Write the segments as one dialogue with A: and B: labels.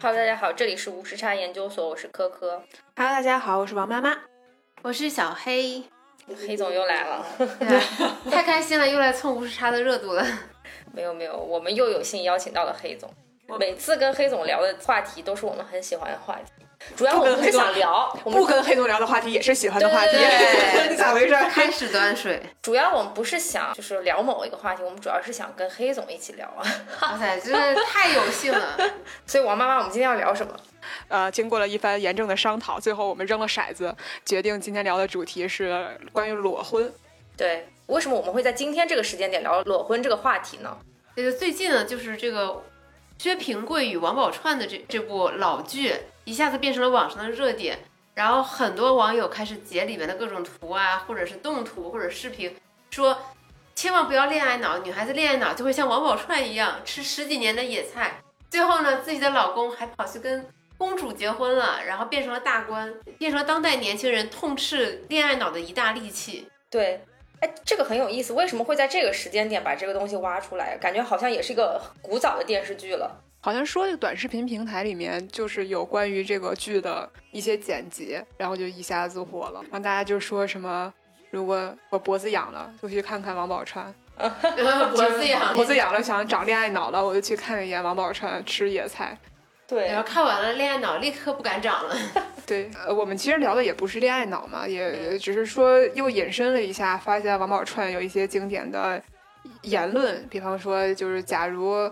A: Hello，大家好，这里是无时差研究所，我是科科，
B: Hello，大家好，我是王妈妈。
C: 我是小黑，
A: 黑总又来了。
C: 对 啊太开心了，又来蹭无时差的热度了。
A: 没有没有，我们又有幸邀请到了黑总。每次跟黑总聊的话题都是我们很喜欢的话题，主要我们不是想聊，我
B: 不
A: 们
B: 跟黑总聊的话题也是喜欢的话题，
A: 对对对
B: 你 咋回事？
C: 开始端水，
A: 主要我们不是想就是聊某一个话题，我们主要是想跟黑总一起聊啊。
C: 哇塞，真的太有幸了。
A: 所以王妈妈，我们今天要聊什么？
B: 呃，经过了一番严正的商讨，最后我们扔了骰子，决定今天聊的主题是关于裸婚。
A: 对，为什么我们会在今天这个时间点聊裸婚这个话题呢？
C: 这个最近呢，就是这个薛平贵与王宝钏的这这部老剧，一下子变成了网上的热点，然后很多网友开始截里面的各种图啊，或者是动图或者视频，说千万不要恋爱脑，女孩子恋爱脑就会像王宝钏一样吃十几年的野菜，最后呢，自己的老公还跑去跟。公主结婚了，然后变成了大官，变成了当代年轻人痛斥恋爱脑的一大利器。
A: 对，哎，这个很有意思，为什么会在这个时间点把这个东西挖出来？感觉好像也是一个古早的电视剧了。
B: 好像说这个短视频平台里面就是有关于这个剧的一些剪辑，然后就一下子火了，然后大家就说什么。如果我脖子痒了，就去看看王宝钏；
C: 呃脖子痒，
B: 脖子痒了，想长恋爱脑了，我就去看一眼王宝钏吃野菜。
A: 对
C: 然后看完了恋爱脑，立刻不敢长了。
B: 对，呃，我们其实聊的也不是恋爱脑嘛，
C: 嗯
B: 也呃只是说又引申了一下，发现王宝钏有一些经典的言论，比方说就是假如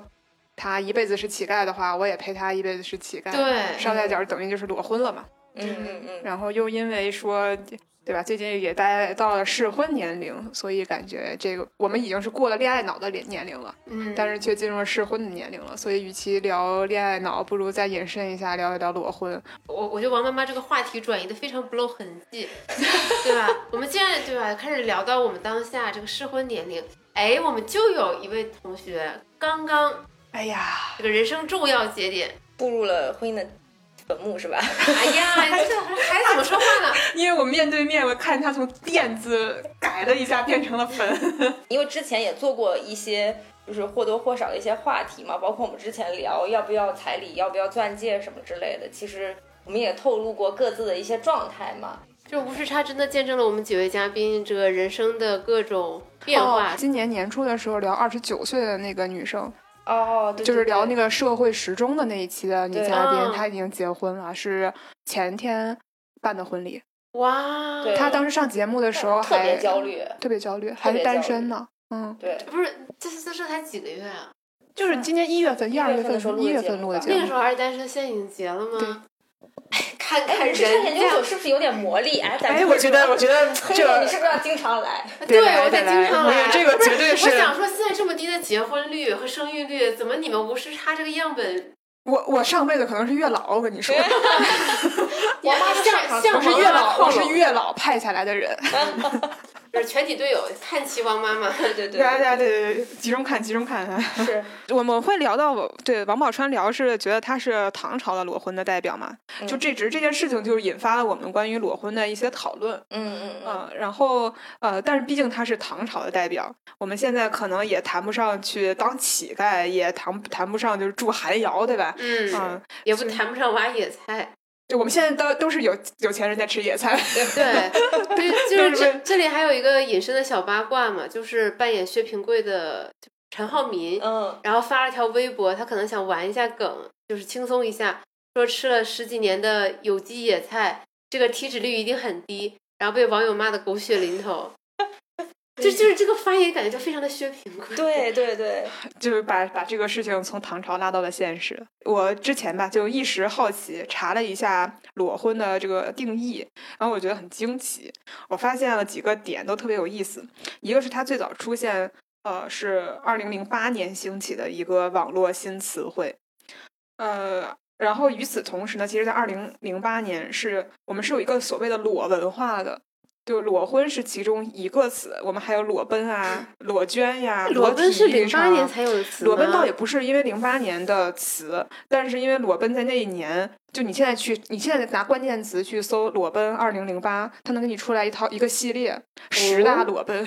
B: 他一辈子是乞丐的话，我也陪他一辈子是乞丐。，
C: 对，
B: 捎带脚等于就是裸婚了嘛。
A: 嗯嗯嗯，
B: 然后又因为说，对吧？最近也待到了适婚年龄，所以感觉这个我们已经是过了恋爱脑的年年龄了，
C: 嗯，
B: 但是却进入了适婚的年龄了。所以与其聊恋爱脑，不如再引申一下，聊一聊裸婚。
C: 我我觉得王妈妈这个话题转移的非常不露痕迹，对吧？我们现在对吧，开始聊到我们当下这个适婚年龄。哎，我们就有一位同学刚刚
B: 哎呀。
C: 这个人生重要节点，
A: 步入了婚姻的坟墓是吧？
C: 哎呀，这还怎么说话呢？
B: 因为我面对面，我看他从“垫”字改了一下，变成了“坟
A: 因为之前也做过一些，就是或多或少的一些话题嘛，包括我们之前聊要不要彩礼，要不要钻戒什么之类的，其实我们也透露过各自的一些状态嘛。
C: 这无时差真的见证了我们几位嘉宾这个人生的各种”。变 化。
B: 哦今年年初的时候聊二十九岁的那个女生，
A: 哦，对，
B: 就是聊那
A: 个，
B: 个社会时钟的那一期的女嘉
C: 对
A: 哦
B: 宾，
C: 嗯
B: 她已经结婚了，是前天办的婚礼。
C: 哇，
A: 对
B: 她当时上节目的时候
A: 特
B: 还
A: 别焦虑，
B: 特别焦虑，
A: 特
B: 还
A: 别
B: 是
A: 焦虑
B: 单身呢。嗯，
A: 对，
C: 不是这是这是才几个月啊？
B: 就是今年一月份、一二月
A: 份的时候
B: 份、
A: 录的
B: 一月
A: 节
B: 份
A: 目
B: 录的
A: 吧
B: 节
C: 那
B: 目
C: 个时。候还是单身，现在已经结了吗？看
A: 哎，
C: 看
A: 你这个研
C: 人
A: 究所
C: 家，
A: 是不是有点魔 力？哎，咱
B: 哎，我觉得，我觉 得
A: 黑
B: 这
A: 总你是不是要经常 来？
C: 啊对
B: 得来
C: 我
B: 得
C: 得
B: 来
C: 经常
B: 没有
C: 来。
B: 这个绝对
C: 不
B: 是
C: 我想说，现在这么低的结婚率和生育率，怎么你们无时差这个样本？
B: 我我上辈子可能是月老，我跟你说，
A: 我妈是上场
C: 向向
B: 我是
C: 往
B: 月
C: 妈妈
B: 老，
C: 靠
B: 我是
C: 拢
B: 月老派下来的人。
C: 就是全体队友看齐王妈妈。
A: 对对对
B: 对啊对啊对对对，集中看，集中看。嗯
A: 是，
B: 我们会聊到对王宝钏聊是觉得她是唐朝的裸婚的代表嘛？
A: 嗯
B: 就这只这件事情，就是引发了我们关于裸婚的一些讨论。
A: 嗯嗯嗯，
B: 嗯，然后呃，但是毕竟她是唐朝的代表，我们现在可能也谈不上去当乞丐，也谈不谈不上就是住寒窑，对吧？
C: 嗯，
B: 嗯，
C: 也不谈不上挖野菜。
B: 就我们现在都都是有有钱人在吃野菜，
C: 对， 对，就是
B: 对
C: 这这里还有一个隐身的小八卦嘛，就是扮演薛平贵的陈浩民，
A: 嗯，
C: 然后发了条微博，他可能想玩一下梗，就是轻松一下，说吃了十几年的有机野菜，这个体脂率一定很低，然后被网友骂的狗血淋头。就就是这个发言感觉就非常的薛平贵。
A: 对对对，
B: 就是把把这个事情从唐朝拉到了现实。我之前吧，就一时好奇查了一下裸婚的这个定义，然后我觉得很惊奇，我发现了几个点都特别有意思。一个是它最早出现，呃，是二零零八年兴起的一个网络新词汇，呃。然后与此同时呢，其实，在二零零八年是我们是有一个所谓的裸文化的，就裸婚是其中一个词，我们还有裸奔 啊、裸捐呀、
C: 裸
B: 体
C: 奔是
B: 育
C: 零八
B: 上啊
C: 年才有的词吗，
B: 裸奔倒也不是因为零八年的词，但是因为裸奔在那一年，就你现在去，你现在拿关键词去搜裸奔二零零八，它能给你出来一套一个系列十
C: 哦
B: 大裸 奔，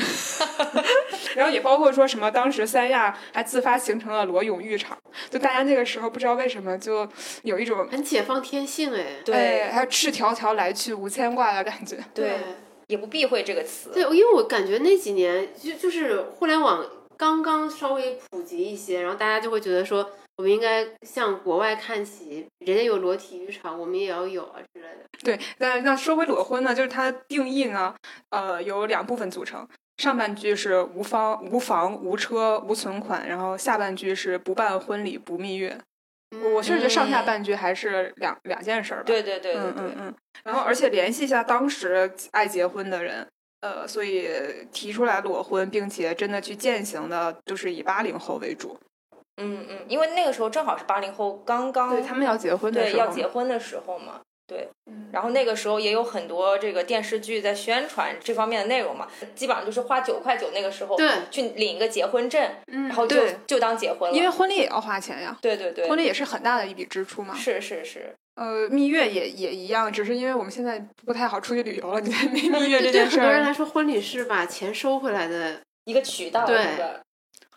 B: 然后也包括说什么当时三亚还自发形成了裸泳浴场，就大家那个时候不知道为什么就有一种
C: 很解放天性哎。
B: 哎，还有赤条条来去无牵挂的感觉。
A: 对，也不避讳这个词。
C: 对，因为我感觉那几年就就是互联网刚刚稍微普及一些，然后大家就会觉得说，我们应该向国外看齐，人家有裸体浴场，我们也要有啊之类的。
B: 对，那那说回裸婚呢，就是它的定义呢，呃，有两部分组成。上半句是无房无房无车无存款，然后下半句是不办婚礼不蜜月。我我
C: 嗯
B: 是觉得上下半句还是两两件事儿吧。
A: 对对对对
B: 嗯
A: 对
B: 嗯，嗯。然后而且联系一下当时爱结婚的人，呃，所以提出来裸婚，并且真的去践行的，就是以八零后为主。
A: 嗯嗯，因为那个时候正好是八零后刚刚
B: 对他们要结婚的
A: 对
B: 时候
A: 要
B: 嘛，嗯
A: 结婚的时候嘛。对，然后那个时候也有很多这个电视剧在宣传这方面的内容嘛，基本上就是花九块九那个时候
C: 对
A: 去领一个结婚证，
C: 嗯
A: 然后就
B: 对
A: 就当结婚了。
B: 因为婚礼也要花钱呀，
A: 对对对，
B: 婚礼也是很大的一笔支出嘛。
A: 是是是，
B: 呃，蜜月也也一样，只是因为我们现在不太好出去旅游了，你在 蜜蜜月这
C: 呃对对
B: 件
C: 很
B: 事
C: 多人
B: 儿，
C: 来说，婚礼是把钱收回来的，
A: 一个渠道
C: 对
A: 一个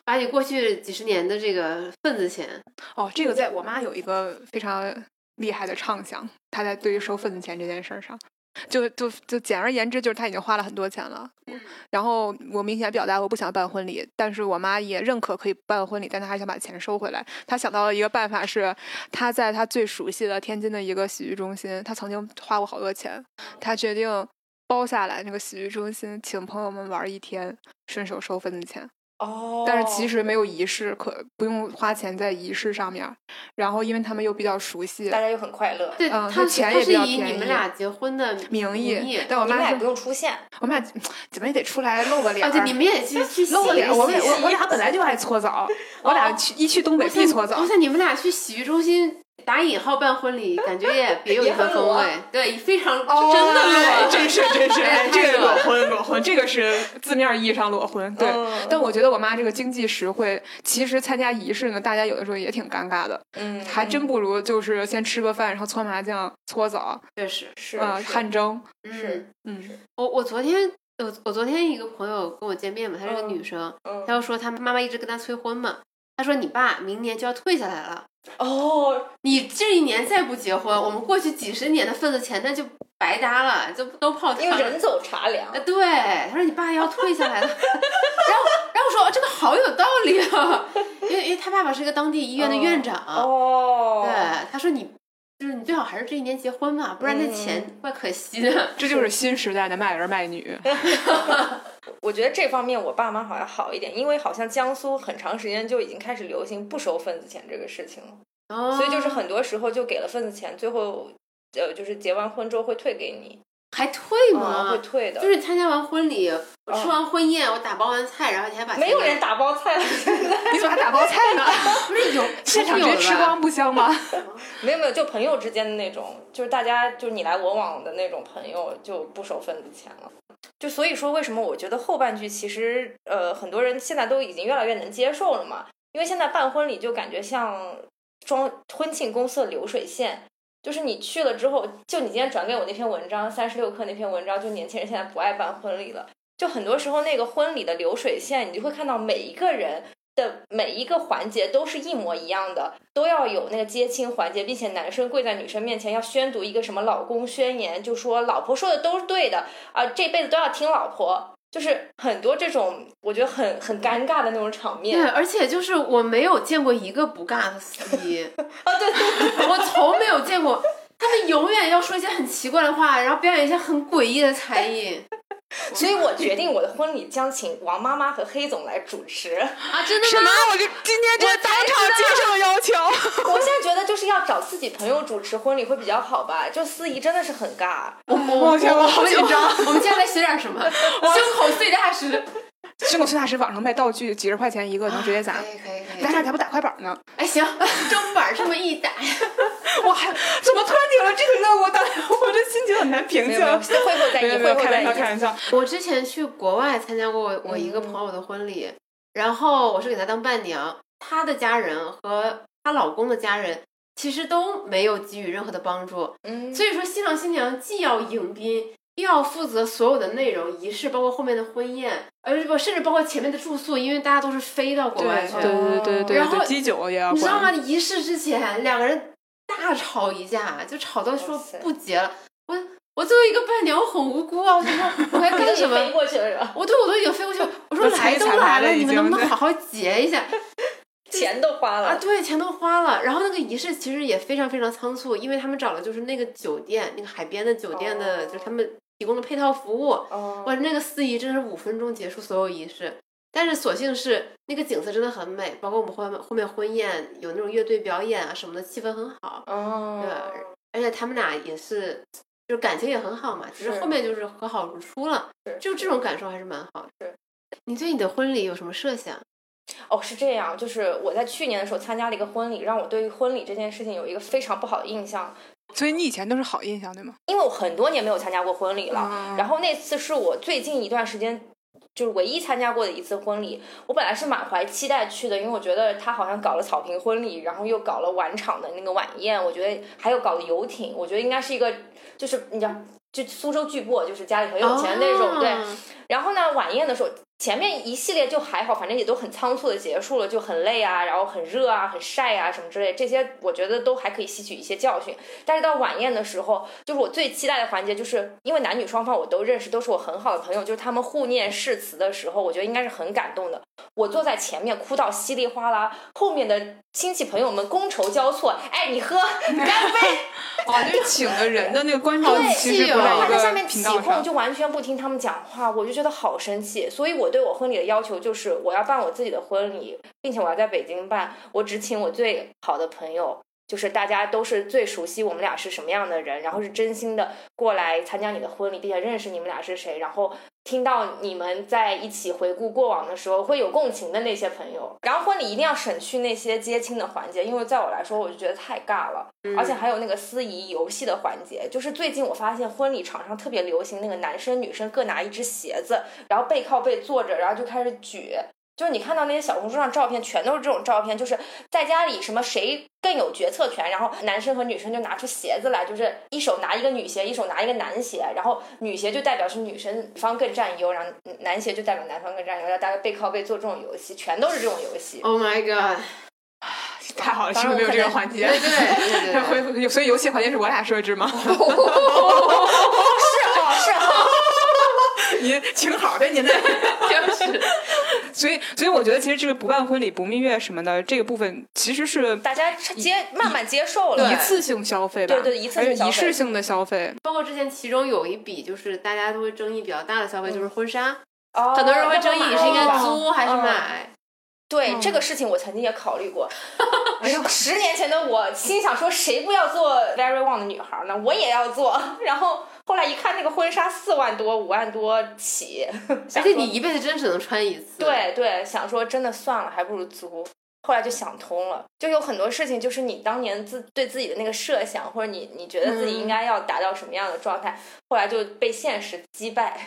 C: 把你过去几十年的这个份子钱，
B: 哦，这个在我妈有一个非常厉害的畅想，她在对于收份子钱这件事儿上，就就就简而言之，就是她已经花了很多钱了。
C: 嗯
B: 然后我明显表达我不想办婚礼，但是我妈也认可可以办婚礼，但她还想把钱收回来。她想到了一个办法是，她在她最熟悉的天津的一个洗浴中心，她曾经花过好多钱，她决定包下来那个洗浴中心，请朋友们玩一天，顺手收份子钱。
A: 哦。
B: 但是其实没有仪式，可不用花钱在仪式上面儿。然后，因为他们又比较熟悉
A: 大家又很快乐，
C: 对，
B: 嗯
C: 他
B: 这钱
C: 他
B: 也
C: 是
B: 比较
C: 以你
B: 便宜
C: 们俩结婚的
B: 名
C: 义
B: 义，，但我
A: 你们俩
B: 妈
A: 也不
B: 说，
A: 用出现，
B: 我们俩怎么也得出来露个脸
C: 啊，
B: 儿，
C: 对，你们 也去去洗
B: 露个
C: 一
B: 脸儿。我
C: 洗
B: 们我我
C: 洗哦
B: 俩本来就爱搓澡，我俩去一去东北
C: 我
B: 必
C: 想
B: 搓澡
C: 我。想你们俩去洗浴中心打引号办婚礼，感 觉也别有一
A: 也
C: 番
A: 很
C: 风
A: 裸
C: 味。对，非常、
B: 哦
C: 真的
B: 哎
C: 裸。
B: 真是真是，哎这个
C: 太裸
B: 裸
C: 了
B: 婚裸婚，这个是字面意义上裸婚，对。
A: 嗯
B: 但我觉得我妈这个经济实惠，其实参加仪式呢，大家有的时候也挺尴尬的，
A: 嗯，
B: 还真不如就是先吃个饭，然后搓麻将、搓澡，
C: 确实，
A: 是
B: 啊、
A: 是
B: 汗蒸，
A: 是
C: 嗯，
B: 嗯，
C: 我我昨天我我昨天一个朋友跟我见面嘛，她是个女生，
A: 嗯
C: 她就说她妈妈一直跟她催婚嘛，她说你爸明年就要退下来了，
A: 哦，
C: 你这一年再不结婚，我们过去几十年的份子钱那就白搭了，就都泡汤
A: 因为
C: 了。
A: 人走茶 凉
C: 啊，，对，他说你爸要退下来了，然 后然后我说哦，这个好有道理啊， 因为因为他爸爸是一个当地医院的院长，
B: 啊
A: 哦，
C: 对，他说你就是你最好还是这一年结婚吧，不然那钱
A: 嗯
C: 怪可惜的。
B: 这就是新时代的卖儿卖女。
A: 我觉得这方面我爸妈好像好一点，因为好像江苏很长时间就已经开始流行不收份子钱这个事情了，
C: 哦
A: 所以就是很多时候就给了份子钱，最后呃就是结完婚之后会退给你，
C: 还退
A: 啊，
C: 吗？
A: 会退的，
C: 嗯
A: 哦
C: 就是你参加完婚礼，我吃完婚宴，我打包完菜，然后你还把钱
A: 没有
C: 给
A: 人打包菜了，现 在
B: 你怎么还打包菜呢？
C: 不 是有
B: 现场直接吃光，不香吗？
A: 没有没有，就朋友之间的那种，就是大家就是你来我往的那种朋友就不收份子钱了。就所以说，为什么我觉得后半句其实呃很多人现在都已经越来越能接受了嘛？因为现在办婚礼就感觉像装婚庆公司的流水线，就是你去了之后，就你今天转给我那篇文章，三十六氪那篇文章，就年轻人现在不爱办婚礼了。就很多时候那个婚礼的流水线，你就会看到每一个人的每一个环节都是一模一样的，都要有那个接亲环节，并且男生跪在女生面前要宣读一个什么老公宣言，就说老婆说的都是对的啊，这辈子都要听老婆。就是很多这种我觉得很很尴尬的那种场面
C: 对， 而且就是我没有见过一个不尬的司 仪，
A: 啊，对对对，
C: 我从没有见过。他们永远要说一些很奇怪的话，然后表演一些很诡异的才艺
A: 所以我决定我的婚礼将请王妈妈和黑总来主持。
C: 啊！真的
B: 什么？我就今天这当场接受要求。
A: 我现在觉得就是要找自己朋友主持婚礼会比较好吧，就司仪真的是很尬。
C: 我
B: 我天我好紧张
C: 我们接下来学点什么？胸口碎大石，
B: 这种碎大石网上卖道具，几十块钱一个，能直接砸
C: 可。以可以可以。
B: 咱俩咋不打快板呢？
C: 哎 行，砧板这么一打，
B: 我还怎么突然有了这个任务？当然，我这心情很难平
A: 没
B: 静
A: 有没。有，会后再
B: 没
A: 议，
B: 有没
A: 会
B: 有，
A: 后
B: 开
A: 再
B: 玩
A: 议
B: 笑，。开玩笑。
C: 我之前去国外参加过我我一个朋友的婚礼，然后我是给他当伴娘，她的家人和她老公的家人其实都没有给予任何的帮助，
A: 嗯，
C: 所以说新郎新娘既要迎宾，又要负责所有的内容、仪式，包括后面的婚宴，呃不，甚至包括前面的住宿，因为大家都是飞到国外去
B: 对
A: 对
B: 对
C: 的，
A: 对
B: 对
A: 对
B: 对
A: 对
C: 然后
B: 对，基酒也要
C: 你知道
B: 管。
C: 吗？仪式之前两个人大吵一架，就吵到说
A: 哇塞
C: 不结了。我我作为一个伴娘，我很无辜啊！我想说我该 干什么？
A: 飞过去了是吧？
C: 我对我都已经飞过去了，我说
B: 都踩
C: 来
B: 一
C: 都
B: 踩来
C: 来
B: 了
C: 了，
B: 已
C: 你
B: 经
C: 们能不能
B: 对
C: 好好结一下
A: 钱都花
C: 啊？
A: 了，
C: 对，钱都花了，然后那个仪式其实也非常非常仓促，因为他们找了就是那个酒店，那个海边的酒店的，
A: 哦
C: 就是他们提供的配套服务。哇，
A: 哦，
C: 那个司仪真的是五分钟结束所有仪式，但是所幸是那个景色真的很美，包括我们后面后面婚宴有那种乐队表演啊什么的，气氛很好，
A: 哦，
C: 而且他们俩也是。就是感情也很好嘛，只是
A: 是
C: 后面就是和好如初了，
A: 是
C: 就这种感受还是蛮好的。
A: 是
C: 你对你的婚礼有什么设想？
A: 哦，是这样，就是我在去年的时候参加了一个婚礼，让我对于婚礼这件事情有一个非常不好的印象，
B: 所以你以前都是好印象对吗？
A: 因为我很多年没有参加过婚礼了，
B: 嗯
A: 然 后那次是我最近一段时间。就是唯一参加过的一次婚礼，我本来是满怀期待去的，因为我觉得他好像搞了草坪婚礼，然后又搞了晚场的那个晚宴，我觉得还有搞了游艇，我觉得应该是一个，就是你知道，就苏州巨擘，就是家里很有钱那种，对，
C: 哦
A: 然后呢，晚宴的时候，前面一系列就还好，反正也都很仓促的结束了，就很累啊，然后很热啊，很晒啊什么之类，这些我觉得都还可以吸取一些教训。但是到晚宴的时候，就是我最期待的环节，就是因为男女双方我都认识，都是我很好的朋友，就是他们互念誓词的时候，我觉得应该是很感动的。我坐在前面哭到稀里哗啦，后面的亲戚朋友们觥筹交错，哎，你喝，你干杯。
B: 哦，就是请的人的那个观众
C: 对
B: 其实
C: 是
B: 不
C: 有
B: 在
C: 对
B: 一
A: 他在下
B: 个
A: 面
B: 频
A: 起
B: 道
A: 哄，
B: 上。
A: 就完全不听他们讲话，我就觉得好生气。所以我对我婚礼的要求就是，我要办我自己的婚礼，并且我要在北京办，我只请我最好的朋友。就是大家都是最熟悉我们俩是什么样的人，然后是真心的过来参加你的婚礼，并且认识你们俩是谁，然后听到你们在一起回顾过往的时候会有共情的那些朋友。然后婚礼一定要省去那些接亲的环节，因为在我来说，我就觉得太尬了。而且还有那个司仪游戏的环节，就是最近我发现婚礼场上特别流行那个男生女生各拿一只鞋子，然后背靠背坐着，然后就开始举。就是你看到那些小红书上照片，全都是这种照片，就是在家里什么谁更有决策权，然后男生和女生就拿出鞋子来，就是一手拿一个女鞋，一手拿一个男鞋，然后女鞋就代表是女生方更占优，然后男鞋就代表男方更占优，然后大家背靠背做这种游戏，全都是这种游戏。
C: Oh my god！
B: 太好了，
A: 当
B: 是不
A: 然
B: 是没有
A: 我
B: 这个
A: 可能
B: 环节？
C: 对对对
B: 他
C: 对
B: 会，会 所以游戏环节是我俩设置吗？
A: 是
C: 哦
A: 好是好，
B: 您请好这您的。
C: 对， 就是
B: 所以，所以我觉得其实这个不办婚礼、不蜜月什么的，这个部分其实是
A: 大家接慢慢接受了
B: 一。次性消费吧，
A: 对对一次性
B: 而且
A: 消费
B: 一次性的消费。
C: 包括之前其中有一笔就是大家都会争议比较大的消费，就是婚纱，
A: 哦
C: 很多人会争议
A: 要不
C: 你
A: 买
C: 是应该
A: 吧
C: 租还是
A: 嗯
C: 买。
A: 对、
B: 嗯
A: 这个事情，我曾经也考虑过。
B: 哎
A: 十年前的我心想说，谁不要做 Very One 的女孩呢？我也要做。然后后来一看，那个婚纱四万多、五万多起，
C: 而
A: 想
C: 且
A: 说
C: 你一辈子真只能穿一次。，
A: 对对，想说真的算了，还不如租。后来就想通了，就有很多事情，就是你当年自对自己的那个设想，或者你你觉得自己应该要达到什么样的状态，后来就被现实击败。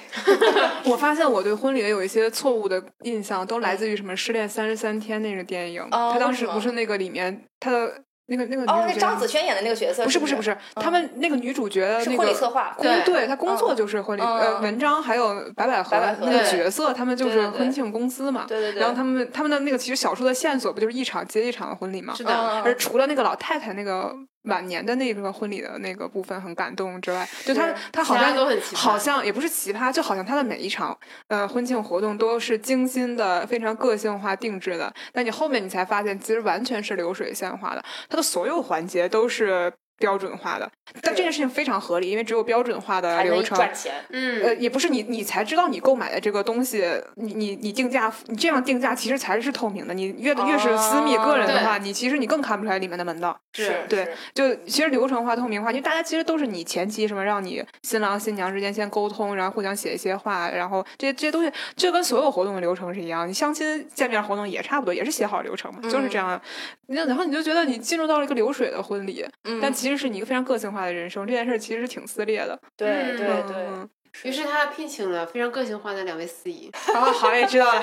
B: 我发现我对婚礼的有一些错误的印象，都来自于什么《失恋三十三天》那个电影。
A: 哦
B: 他当
A: 为什
B: 时
A: 么
B: 不是那个里面他的那个那个女主 角
A: 哦，那张子萱演的那个角色
B: 不是不
A: 不
B: 是不是，他们那个女主角的
A: 嗯是
B: 那
A: 婚礼
B: 个
A: 策划，
B: 工
C: 对
B: 对，她工作就是婚礼，
A: 嗯
B: 呃，文章还有白百合
A: 白百合
B: 那个
C: 对
B: 角色，他们就
C: 对
B: 是
C: 对对
B: 婚庆公司嘛。
A: 对对对。
B: 然后他们他们的那个其实小说的线索不就是一场接一场的婚礼吗
C: 是？的，
A: 嗯，
B: 而除了那个老太太那个晚年的那个婚礼的那个部分很感动之外，就她
A: 是
B: 她
C: 其
B: 好
C: 他
B: 像
C: 都很奇葩。
B: 好像也不是奇葩，就好像他的每一场呃婚庆活动都是精心的、非常个性化定制的。但你后面你才发现，其实完全是流水线化的，它的所有环节都是标准化的。但这件事情非常合理，因为只有标准化的
A: 还
B: 流
A: 能
B: 程，
A: 赚钱。
B: 呃，
C: 嗯，
B: 也不是你你才知道你购买的这个东西，你你你定价，你这样定价其实才是透明的。你越越是私密
A: 哦
B: 个人的话，你其实你更看不出来里面的门道。
A: 是
B: 对
A: 是
B: 就其实流程化、透明化，因为大家其实都是你前期什么让你新郎新娘之间先沟通，然后互相写一些话，然后这些这些东西，这跟所有活动的流程是一样。你相亲见面活动也差不多，也是写好流程嘛，就是这样。那然后你就觉得你进入到了一个流水的婚礼，
A: 嗯，
B: 但其实是你一个非常个性化的人生。这件事其实是挺撕裂的。
A: 对对对，
B: 嗯
C: 于是他聘请了非常个性化的两位司仪，
B: 哦， 好，也知道了。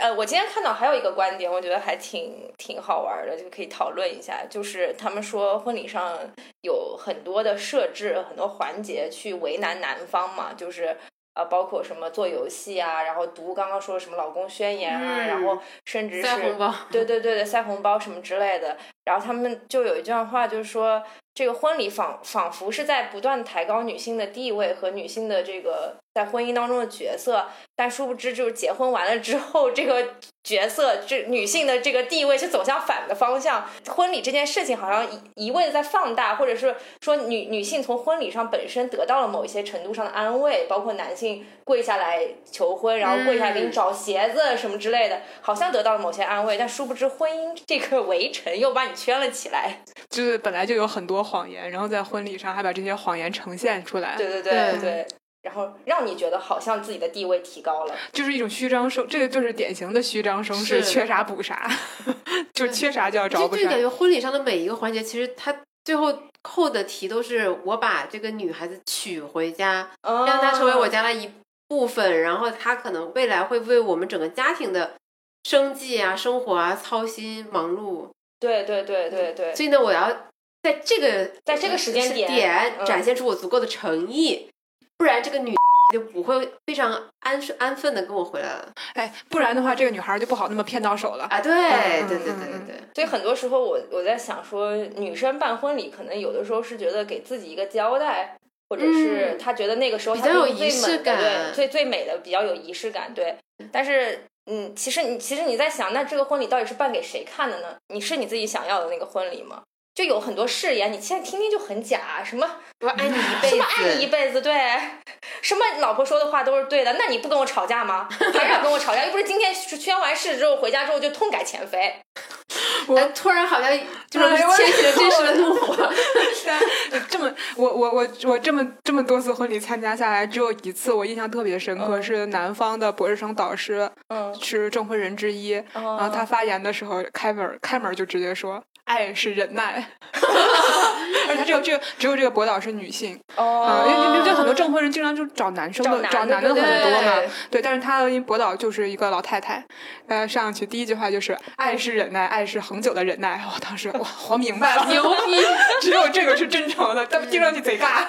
A: 呃，我今天看到还有一个观点，我觉得还挺挺好玩的，就可以讨论一下。就是他们说婚礼上有很多的设置，很多环节去为难男方嘛，就是呃，包括什么做游戏啊，然后读刚刚说什么老公宣言啊，
C: 嗯
A: 然后甚至是
C: 塞红包，
A: 对对对对，塞红包什么之类的。然后他们就有一段话，就是说这个婚礼仿仿佛是在不断抬高女性的地位和女性的这个在婚姻当中的角色，但殊不知就是结婚完了之后，这个角色这女性的这个地位是走向反的方向。婚礼这件事情好像一一味的在放大，或者是说女女性从婚礼上本身得到了某一些程度上的安慰，包括男性跪下来求婚，然后跪下来给你
C: 嗯
A: 找鞋子什么之类的，好像得到了某些安慰，但殊不知婚姻这个围城又把你圈了起来。
B: 就是本来就有很多谎言，然后在婚礼上还把这些谎言呈现出来，
A: 对对对
C: 啊对
A: 对然后让你觉得好像自己的地位提高了。
B: 就是一种虚张声，这个就是典型的虚张声势，
C: 是
B: 缺啥补啥，就是缺啥就要找
C: 就
B: 补
C: 就
B: 啥
C: 感。觉婚礼上的每一个环节，其实他最后扣的题都是我把这个女孩子娶回家，让
A: 让
C: 她成为我家的一部分，然后她可能未来会为我们整个家庭的生计啊、生活啊操心忙碌。
A: 对对对对对，
C: 所以呢，我要在这个
A: 在这个时间点嗯
C: 展现出我足够的诚意，不然这个女就不会非常安顺安分的跟我回来了
B: 哎，不然的话，这个女孩就不好那么骗到手 了。
C: 啊！对
B: 嗯
C: 对对对
B: 嗯嗯
C: 对对，
A: 所以很多时候我我在想说，女生办婚礼可能有的时候是觉得给自己一个交代，或者是
C: 嗯
A: 她觉得那个时候
C: 比
A: 她
C: 较有
A: 最最
C: 仪式
A: 美的对
C: 感
A: 最最美的比较有仪式感，对。但是嗯，其实你其实你在想，那这个婚礼到底是办给谁看的呢？你是你自己想要的那个婚礼吗？就有很多誓言，你现在听听就很假，什么
C: 我爱你一辈子，
A: 爱你一辈子，对， 什么老婆说的话都是对的，那你不跟我吵架吗？还是要跟我吵架？又不是今天宣完誓之后回家之后就痛改前非。
C: 哎突然好像就是
B: 哎我
C: 掀起了真实的 怒火。
B: 这么，我我我我这么这么多次婚礼参加下来，只有一次我印象特别深刻，
A: 嗯
B: 是南方的博士生导师
A: 嗯，
B: 是证婚人之一，
A: 然
B: 然后他发言的时候，开门开门就直接说：“爱是忍耐。”而且他只有这个只有这个博导是女性，啊、因为因为 就很多证婚人经常就找男生的，
A: 哦找
B: 找
A: 男
B: 男
A: 的
B: 的
A: 对
B: 很多
C: 对
B: 嘛。对，但是他因为博导就是一个老太太，呃，上去第一句话就是“爱是忍耐，爱是恒久的忍耐”。我当时我活明白了，
C: 牛逼！
B: 只有这个是真诚的，但听上去贼尬，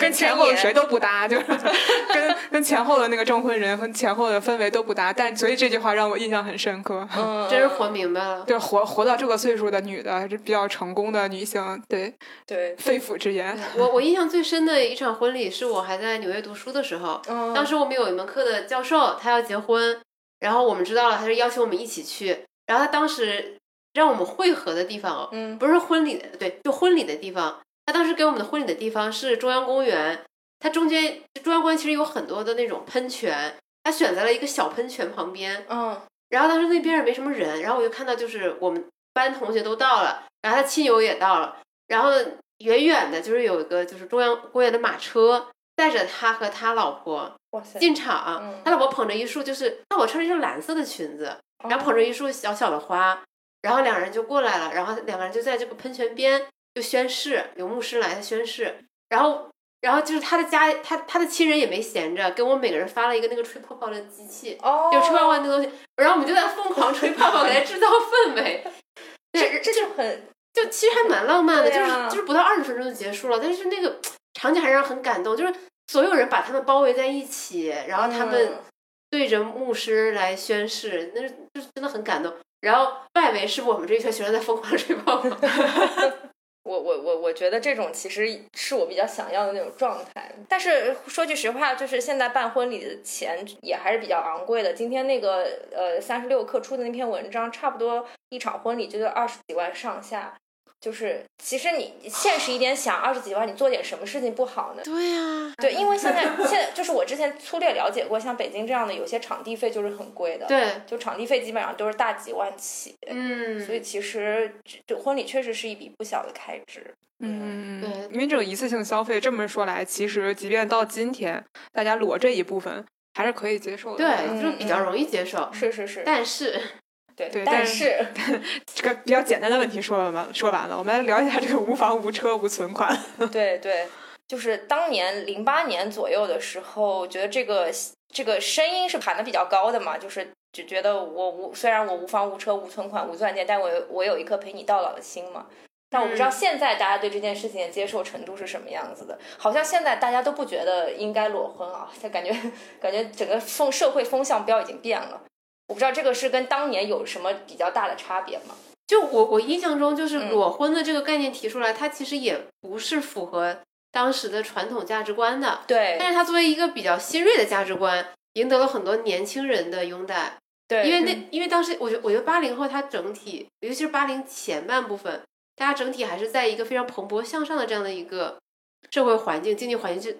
B: 跟前后谁都不搭，就是 跟跟前后的那个证婚人和前后的氛围都不搭。但所以这句话让我印象很深刻。
A: 嗯，
C: 真是活明白了。
B: 对，活活到这个岁数的女的，这比较成功的女性，对
A: 对，
B: 肺腑之言。
C: 我我印象最深的一场婚礼是我还在纽约读书的时候，
A: 嗯，
C: 当时我们有一门课的教授他要结婚，然后我们知道了，他就邀请我们一起去，然后他当时让我们汇合的地方哦，
A: 嗯
C: 不是婚礼的，对，就婚礼的地方。他当时给我们的婚礼的地方是中央公园，它中间中央公园其实有很多的那种喷泉，他选择了一个小喷泉旁边，
A: 嗯
C: 然后当时那边也没什么人，然后我就看到就是我们班同学都到了，然后他亲友也到了，然后远远的就是有一个就是中央公园的马车带着他和他老婆
A: 哇塞，
C: 进场，
A: 嗯
C: 他老婆捧着一束就是他老婆穿着一件蓝色的裙子，然后捧
A: 哦
C: 着一束小小的花，然后两人就过来了，然后两个人就在这个喷泉边就宣誓，有牧师来宣誓，然后然后就是他的家他他的亲人也没闲着，给我们每个人发了一个那个吹泡泡的机器，
A: 哦，
C: 就吹泡泡那个东西，然后我们就在疯狂吹泡泡，给它制造氛围。
A: 这
C: 对，
A: 这就很
C: 就其实还蛮浪漫的，
A: 对啊
C: 就是就是不到二十分钟就结束了，但是那个场景还让人很感动，就是所有人把他们包围在一起，然后他们
A: 嗯
C: 对着牧师来宣誓，那是就是真的很感动。然后外围是我们这一群学生在疯狂吹泡泡，
A: 我我我我觉得这种其实是我比较想要的那种状态，但是说句实话，就是现在办婚礼的钱也还是比较昂贵的。今天那个呃三十六氪出的那篇文章，差不多一场婚礼就在二十几万上下。就是其实你现实一点想，二十几万你做点什么事情不好呢？
C: 对呀、
A: 对，因为现在现在就是我之前粗略了解过，像北京这样的有些场地费就是很贵的，，
C: 对，
A: 就场地费基本上都是大几万起，
C: 嗯，
A: 所以其实这这婚礼确实是一笔不小的开支。
B: 嗯，
C: 对
B: 因为这种一次性消费，这么说来，其实即便到今天，大家裸这一部分还是可以接受的。
C: 对，
A: 嗯
C: 就是比较容易接受。
A: 是是是，
C: 嗯但是，
A: 对，
B: 对但
A: 但
B: 是
A: 是
B: 这个比较简单的问题说完了，说完了，我们来聊一下这个无房无车无存款。
A: 对对，就是当年零八年左右的时候，我觉得这个这个声音是喊的比较高的嘛，就是只觉得我无虽然我无房无车无存款无钻戒，但我有我有一颗陪你到老的心嘛。但我不知道
C: 嗯
A: 现在大家对这件事情的接受程度是什么样子的，好像现在大家都不觉得应该裸婚啊，就感觉感觉整个风社会风向标已经变了。我不知道这个是跟当年有什么比较大的差别吗？
C: 就我我印象中，就是
A: 嗯
C: 裸婚的这个概念提出来，它其实也不是符合当时的传统价值观的。
A: 对
C: 但是它作为一个比较新锐的价值观，赢得了很多年轻人的拥戴。
A: 对，嗯
C: 因为那，因为当时我觉得我觉得八零后他整体，尤其是八零前半部分，大家整体还是在一个非常蓬勃向上的这样的一个社会环境、经济环境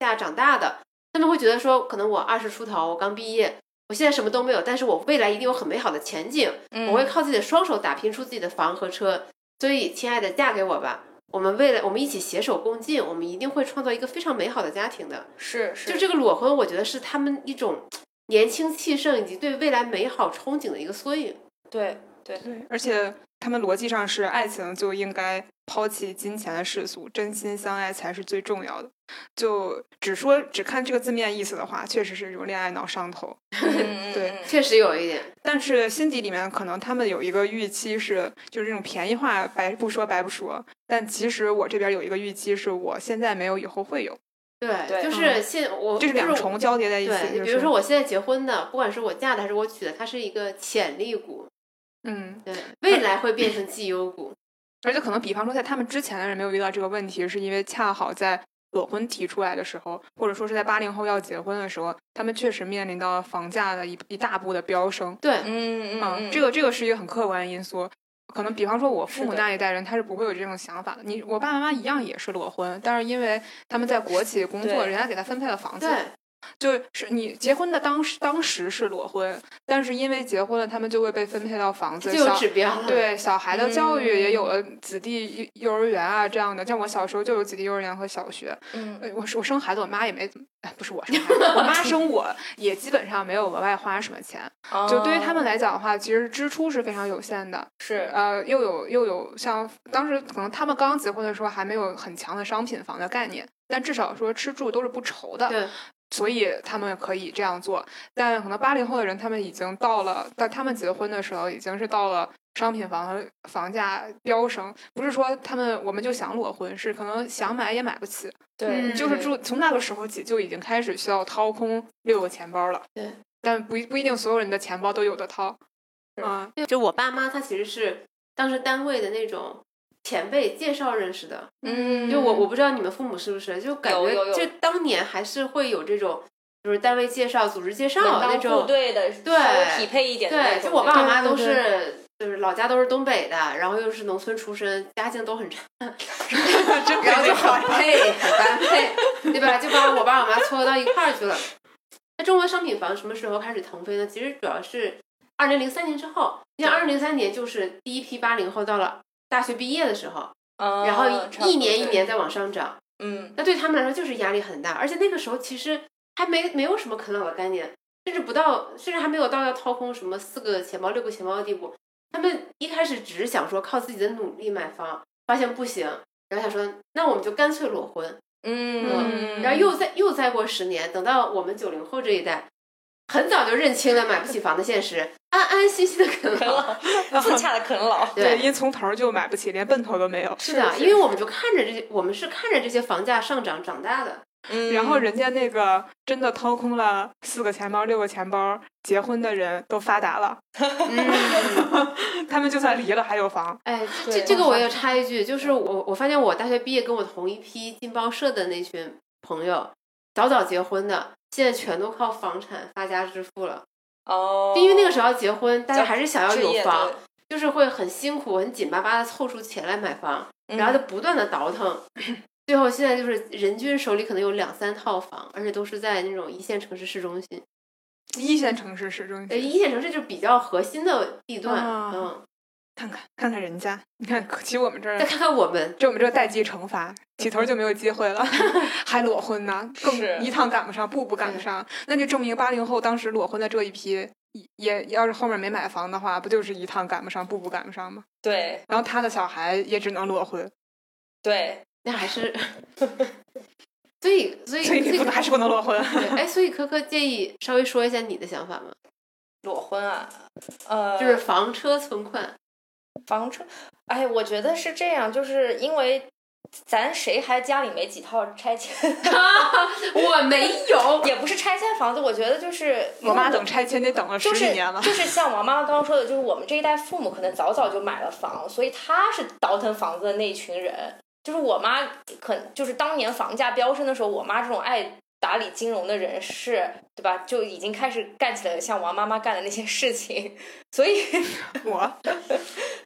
C: 下长大的。他们会觉得说，可能我二十出头，我刚毕业，我现在什么都没有，但是我未来一定有很美好的前景，
A: 嗯
C: 我会靠自己的双手打拼出自己的房和车。所以，亲爱的，嫁给我吧！我们为了我们一起携手共进，我们一定会创造一个非常美好的家庭的。
A: 是是
C: 就这个裸婚，我觉得是他们一种年轻气盛以及对未来美好憧憬的一个缩影。
A: 对对
B: 对，而且他们逻辑上是爱情就应该抛弃金钱的世俗，真心相爱才是最重要的。就只说只看这个字面意思的话，确实是一种恋爱脑上头。
A: 嗯
B: 对
A: 嗯嗯
C: 确实有一点，
B: 但是心底里面可能他们有一个预期是，就是这种便宜话白不说白不说。但其实我这边有一个预期是，我现在没有，以后会有，
C: 对，
A: 对
C: 哦就是现我
B: 这是两重交叠在一
C: 就
B: 起
C: 是我。。
B: 就
C: 对，比
B: 是
C: 如说我现在结婚的，不管是我嫁的还是我娶的，它是一个潜力股，
B: 嗯，
C: 对，未来会变成绩优股。
B: 而且可能比方说，在他们之前的人没有遇到这个问题，是因为恰好在裸婚提出来的时候，或者说是在八零后要结婚的时候，他们确实面临到房价的一一大步的飙升。
C: 对，
A: 嗯嗯
B: 啊
A: 嗯，
B: 这个这个是一个很客观的因素。可能比方说，我父母
A: 是的
B: 那一代人他是不会有这种想法的。你我爸爸妈妈一样也是裸婚，但是因为他们在国企工作，
A: 对
B: 人家给他分配了房子
C: 对，，
B: 就是你结婚的当时当时是裸婚，但是因为结婚了，他们就会被分配到房子，
C: 就有
B: 小
C: 指标了。，
B: 对小孩的教育
A: 嗯
B: 也有了子弟幼幼儿园啊这样的，像我小时候就有子弟幼儿园和小学。
A: 嗯
B: 呃我是我生孩子，我妈也没怎么，哎，不是我生孩子，我妈生我也基本上没有额外花什么钱。
A: 嗯哦
B: 就对于他们
A: 来
B: 来讲的话，其实支出是非常有限的。
A: 是
B: 呃，又有又有像当时可能他们刚结婚的时候还没有很强的商品房的概念，但至少说吃住都是不愁的。
C: 对，
B: 所以他们可以这样做。但可能八零后的人，他们已经到了，但他们结婚的时候已经是到了商品房和房价飙升，不是说他们我们就想裸婚，是可能想买也买不起，
A: 对，
C: 嗯
B: 就是住从那个时候起就已经开始需要掏空六个钱包了。
C: 对，
B: 但不一不一定所有人的钱包都有的掏。
A: 是
B: 啊，
C: 就我爸妈他其实是当时单位的那种前辈介绍认识的，
A: 嗯
C: 就我我不知道你们父母是不是，就感
A: 有有
C: 觉
A: 有
C: 就当年还是会有这种，就是单位介绍、组织介绍
A: 门
C: 那
A: 当户
C: 种。
A: 对的，
C: 对
A: 稍微匹配一点的那
C: 对，
A: 种。
C: 就我爸我
A: 对
C: 妈
B: 对
C: 都
B: 对
C: 是，就是老家都是东北的，然后又是农村出身，家境都很差，
B: 真
C: 然后就
B: 好
C: 很配，很般配， 对吧？就把我爸我妈撮合到一块儿去了。那中国商品房什么时候开始腾飞呢？其实主要是二零零三年之后，你像二零零三年就是第一批八零后到了大学毕业的时候，
A: 嗯，
C: 然后
A: 差不多
C: 一一年一，
A: 对
C: 年在往上涨。
A: 嗯，
C: 那对他们来说就是压力很大，而且那个时候其实还没没有什么啃老的概念，甚至不到，甚至还没有到要掏空什么四个钱包、六个钱包的地步。他们一开始只是想说靠自己的努力买房，发现不行，然后想说那我们就干脆裸婚，
A: 嗯，
C: 然后又再又再过十年，等到我们九零后这一代，很早就认清了买不起房的现实，安安心心的啃
A: 啃
C: 老。
A: 老，自洽的啃 老。
B: 对，因为从头就买不起，连奔头都没有。
C: 是的，因为我们就看着这些，我们是看着这些房价上涨长大的。
A: 嗯，
B: 然后人家那个真的掏空了四个钱包、六个钱包，结婚的人都发达 了，
C: 嗯，
B: 他们就算离了还有房。
C: 哎，这
A: 对
C: 这这个我也插一句，就是我我发现我大学毕业跟我同一批进报社的那群朋友，早早结婚的，现在全都靠房产发家致富了。
A: 哦，
C: 就因为那个时候要结婚，大家
A: 叫
C: 还是想要
A: 置
C: 有
A: 哦业
C: 房
A: 对，
C: 就是会很辛苦、很紧巴巴的凑出钱来买房，
A: 嗯
C: 然后就不断的倒腾，最后现在就是人均手里可能有两三套房，而且都是在那种一线城市市中心，
B: 一线城市市中
C: 呃，
B: 心，
C: 一线城市就比较核心的地段，
A: 哦
B: 啊
C: 嗯，
B: 看看看看人家，你看，可惜我们这儿
C: 再看看我们，
B: 就我们这代际惩罚，起头就没有机会 了，还裸婚呢，
A: 是
B: 更一趟赶不上，步步赶不上，那就证明八零后当时裸婚的这一批，也要是后面没买房的话，不就是一趟赶不上，步步赶不上吗？
A: 对
B: 然后他的小孩也只能裸婚，
A: 对，
C: 那还是，所以所以
B: 所以你不能还是不能裸婚。
C: 对哎，所以科科建议稍微说一下你的想法吗？
A: 裸婚啊，呃，
C: 就是房车存款，
A: 房车，哎，我觉得是这样，就是因为咱谁还家里没几套拆迁，
C: 我没有，
A: 也不是拆迁房子，我觉得就是
B: 我妈等拆迁得等了十
A: 就是
B: 几年了，
A: 就是像王妈妈刚刚说的，就是我们这一代父母可能早早就买了房，所以她是倒腾房子的那一群人。就是我妈可就是当年房价飙升的时候，我妈这种爱打理金融的人士，对吧，就已经开始干起了像王妈妈干的那些事情，所以。
B: 我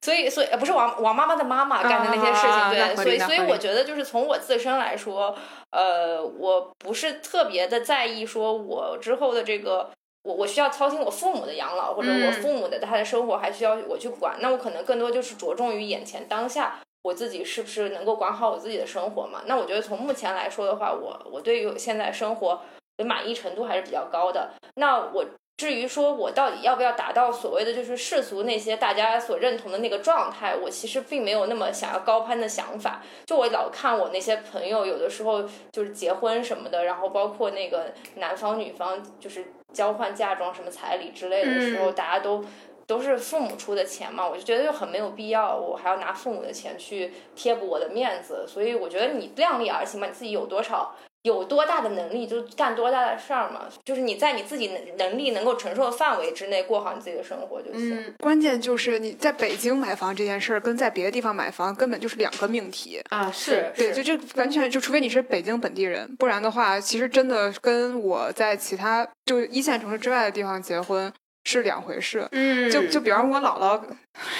A: 所以，所以呃不是王王妈妈的妈妈干的那些事情，
B: 啊那
A: 对，
B: 合
A: 所
B: 理
A: 以，
B: 那
A: 所以
B: 合理
A: 我觉得就是从我自身来说，呃，我不是特别的在意，说我之后的这个，我我需要操心我父母的养老，或者
C: 嗯
A: 我父母的他的生活还需要我去管，那我可能更多就是着重于眼前当下，我自己是不是能够管好我自己的生活嘛？那我觉得从目前来说的话，我我对于现在生活的满意程度还是比较高的。那我至于说我到底要不要达到所谓的就是世俗那些大家所认同的那个状态，我其实并没有那么想要高攀的想法。就我老看我那些朋友，有的时候就是结婚什么的，然后包括那个男方女方就是交换嫁妆什么彩礼之类的时候，
C: 嗯
A: 大家都。都是父母出的钱嘛，我就觉得就很没有必要，我还要拿父母的钱去贴补我的面子，所以我觉得你量力而行嘛，你自己有多少有多大的能力就干多大的事儿嘛，就是你在你自己能能力能够承受的范围之内过好你自己的生活就行。
C: 嗯
B: 关键就是你在北京买房这件事儿，跟在别的地方买房根本就是两个命题。
C: 啊是，
B: 对，就这完全就，除非你是北京本地人，不然的话，其实真的跟我在其他就一线城市之外的地方结婚是两回事。
C: 嗯，
B: 就就比方我姥姥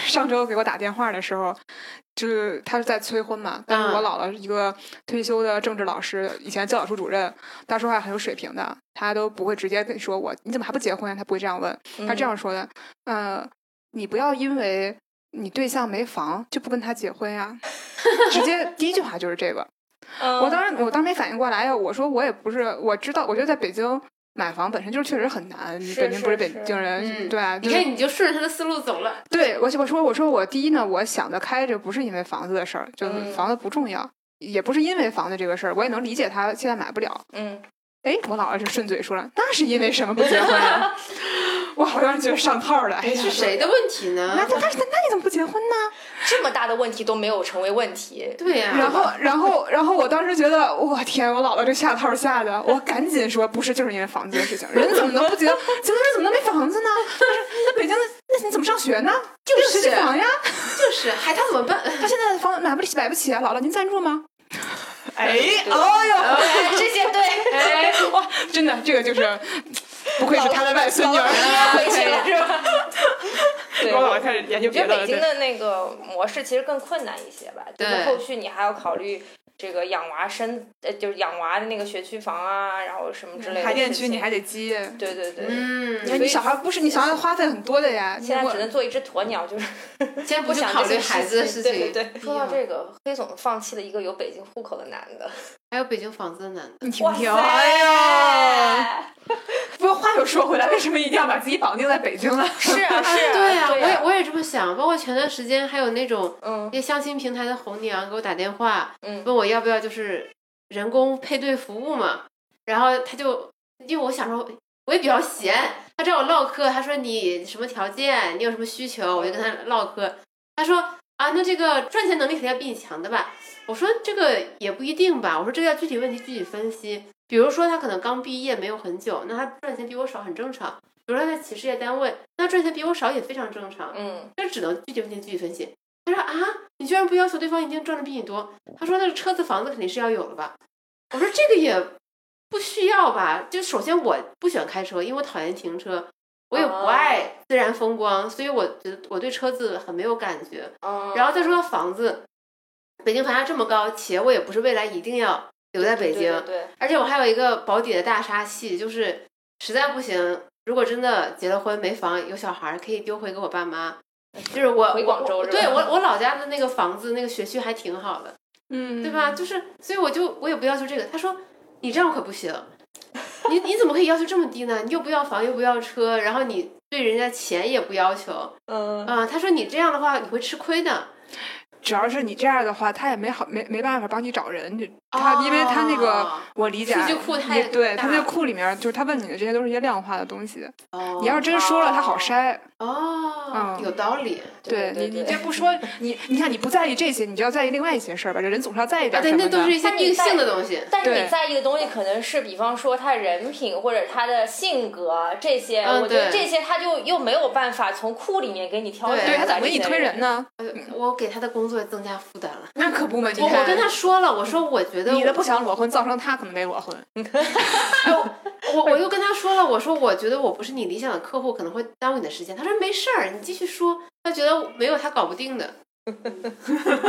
B: 上周给我打电话的时候，就是她是在催婚嘛，但是我
C: 嗯
B: 姥姥是一个退休的政治老师，以前教导处主任，她说话很有水平的，她都不会直接跟你说我你怎么还不结婚啊，她不会这样问，她
A: 嗯
B: 这样说的，呃，你不要因为你对象没房就不跟他结婚呀，直接第一句话就是这个。
A: 嗯，
B: 我当时我当时没反应过来呀，我说我也不是，我知道，我觉得在北京买房本身就是确实很难，你
A: 是
B: 本身不是
A: 是
B: 北
A: 是
B: 京人，
C: 嗯
B: 对啊，就
C: 你
B: 是
C: 看你就顺着他的思路走了，
B: 对我我说我说我第一呢，我想得开，这不是因为房子的事儿，就是
A: 嗯
B: 房子不重要，也不是因为房子这个事儿，我也能理解他现在买不了。
A: 嗯，
B: 哎，我姥姥就顺嘴说了，那是因为什么不结婚啊？ 我好像觉得上套了，哎呀，
C: 是谁的啊问题
B: 那
C: 呢？
B: 那那那你怎么不结婚 呢？
A: 这么大的问题都没有成为问题。
C: 对呀、
B: 然后然后然后我当时觉得，我天，我姥姥这下套下的，我赶紧说不是，就是因为房子的事情，人怎么能不结？结婚人怎么能没房子呢？ 但是那北京的那你怎么上学呢？
C: 就是
B: 没有学区房呀，
C: 就是，还他怎么办？
B: 他现在的房买不起买不起啊，姥姥您赞助吗？哎，
A: 对
B: 哦哟，
A: 哎 这些对，
C: 哎，
B: 哇， 真的，这个就是不愧是他的外孙女儿。
A: 哎回去了是吧？对，
B: 我姥姥开始研究
A: 我觉
B: 别
A: 得
B: 的
A: 北
B: 了。
A: 京
B: 对
A: 的那个模式其实更困难一些吧，就是
C: 对
A: 后续你还要考虑这个养娃生，呃，就是养娃的那个学区房啊，然后什么之类的事情。
B: 海淀区你还得积，
A: 对对对，
C: 嗯，
B: 你看你小孩不是你小孩花费很多的呀。
A: 现在
B: 我
A: 只能做一只鸵鸟，就是
C: 先不
A: 不
C: 去
A: 想
C: 考
A: 这
C: 虑
A: 些
C: 孩子的事情，
A: 对对对，说到
C: 嗯
A: 这个，黑总放弃了一个有北京户口的男的，
C: 还有北京房子的男的，
B: 你听听，
A: 哇塞
B: 哎呀，不过话又说回来，为什么一定要把自己绑定在北京呢？
A: 是啊是啊，
C: 对
A: 呀，
C: 我也我也这么想。包括前段时间还有那种
A: 嗯
C: 那相亲平台的红娘给我打电话，
A: 嗯
C: 问我要不要就是人工配对服务嘛，然后他就因为我想说我也比较闲，他找我唠嗑，他说你什么条件，你有什么需求，我就跟他唠嗑，他说啊那这个赚钱能力肯定要比你强的吧，我说这个也不一定吧，我说这个要具体问题具体分析，比如说他可能刚毕业没有很久，那他赚钱比我少很正常。比如说他在企事业单位，那赚钱比我少也非常正常。
A: 嗯
C: 这只能具体问题具体分析。他说啊，你居然不要求对方一定赚的比你多？他说那个车子房子肯定是要有了吧？我说这个也不需要吧。就首先我不喜欢开车，因为我讨厌停车。我也
A: 哦
C: 不爱自然风光，所以我觉得我对车子很没有感觉。
A: 嗯，
C: 然后再说到房子，北京房价这么高，且我也不是未来一定要留在北京，
A: 对对对，
C: 而且我还有一个保底的大杀器，就是实在不行，如果真的结了婚没房有小孩儿，可以丢回给我爸妈。就是我
A: 回广州
C: 我
A: 是吧
C: 对我我老家的那个房子那个学区还挺好的，
B: 嗯，
C: 对吧？？就是所以我就我也不要求这个。他说你这样可不行，你你怎么可以要求这么低呢？你又不要房又不要车，然后你对人家钱也不要求
B: 嗯，
C: 啊、他说你这样的话你会吃亏的。
B: 主要是你这样的话，他也没好没没办法帮你找人，就他因为他那个
C: 哦
B: 我理解
C: 数据库
B: 你
C: 太
B: 对他
C: 大
B: 那
C: 了
B: 库里面就是他问你的这些都是一些量化的东西，
C: 哦
B: 你要是真说了，他好
A: 哦
B: 筛。
C: 哦
B: 嗯
C: 有道理。
A: 对对
B: 你，你
A: 对
B: 这不说你，你看你不在意这些，你就要在意另外一些事儿吧？这人总是要在意
C: 啊，
B: 点
C: 对，
B: 什么
C: 那
B: 的。
C: 都是一些
A: 那你
C: 硬
A: 在
C: 性的东西。
A: 但是
B: 对
A: 你在意的东西可能是，比方说他人品或者他的性格这些，
C: 嗯
A: 我觉得
C: 对
A: 这些他就又没有办法从库里面给你挑选
C: 对
A: 出来。
B: 对他怎么给你推人？呢？
C: 呃我给他的工作增加负担了。
B: 那可不嘛！你
C: 我
B: 看
C: 我跟他说了，我说我觉得
B: 你的
C: 我
B: 不想裸婚，造成他可能没裸婚。
C: 我我又跟他说了，我说我觉得我不是你理想的客户，可能会耽误你的时间。他说没事儿，你继续说。他觉得没有他搞不定的。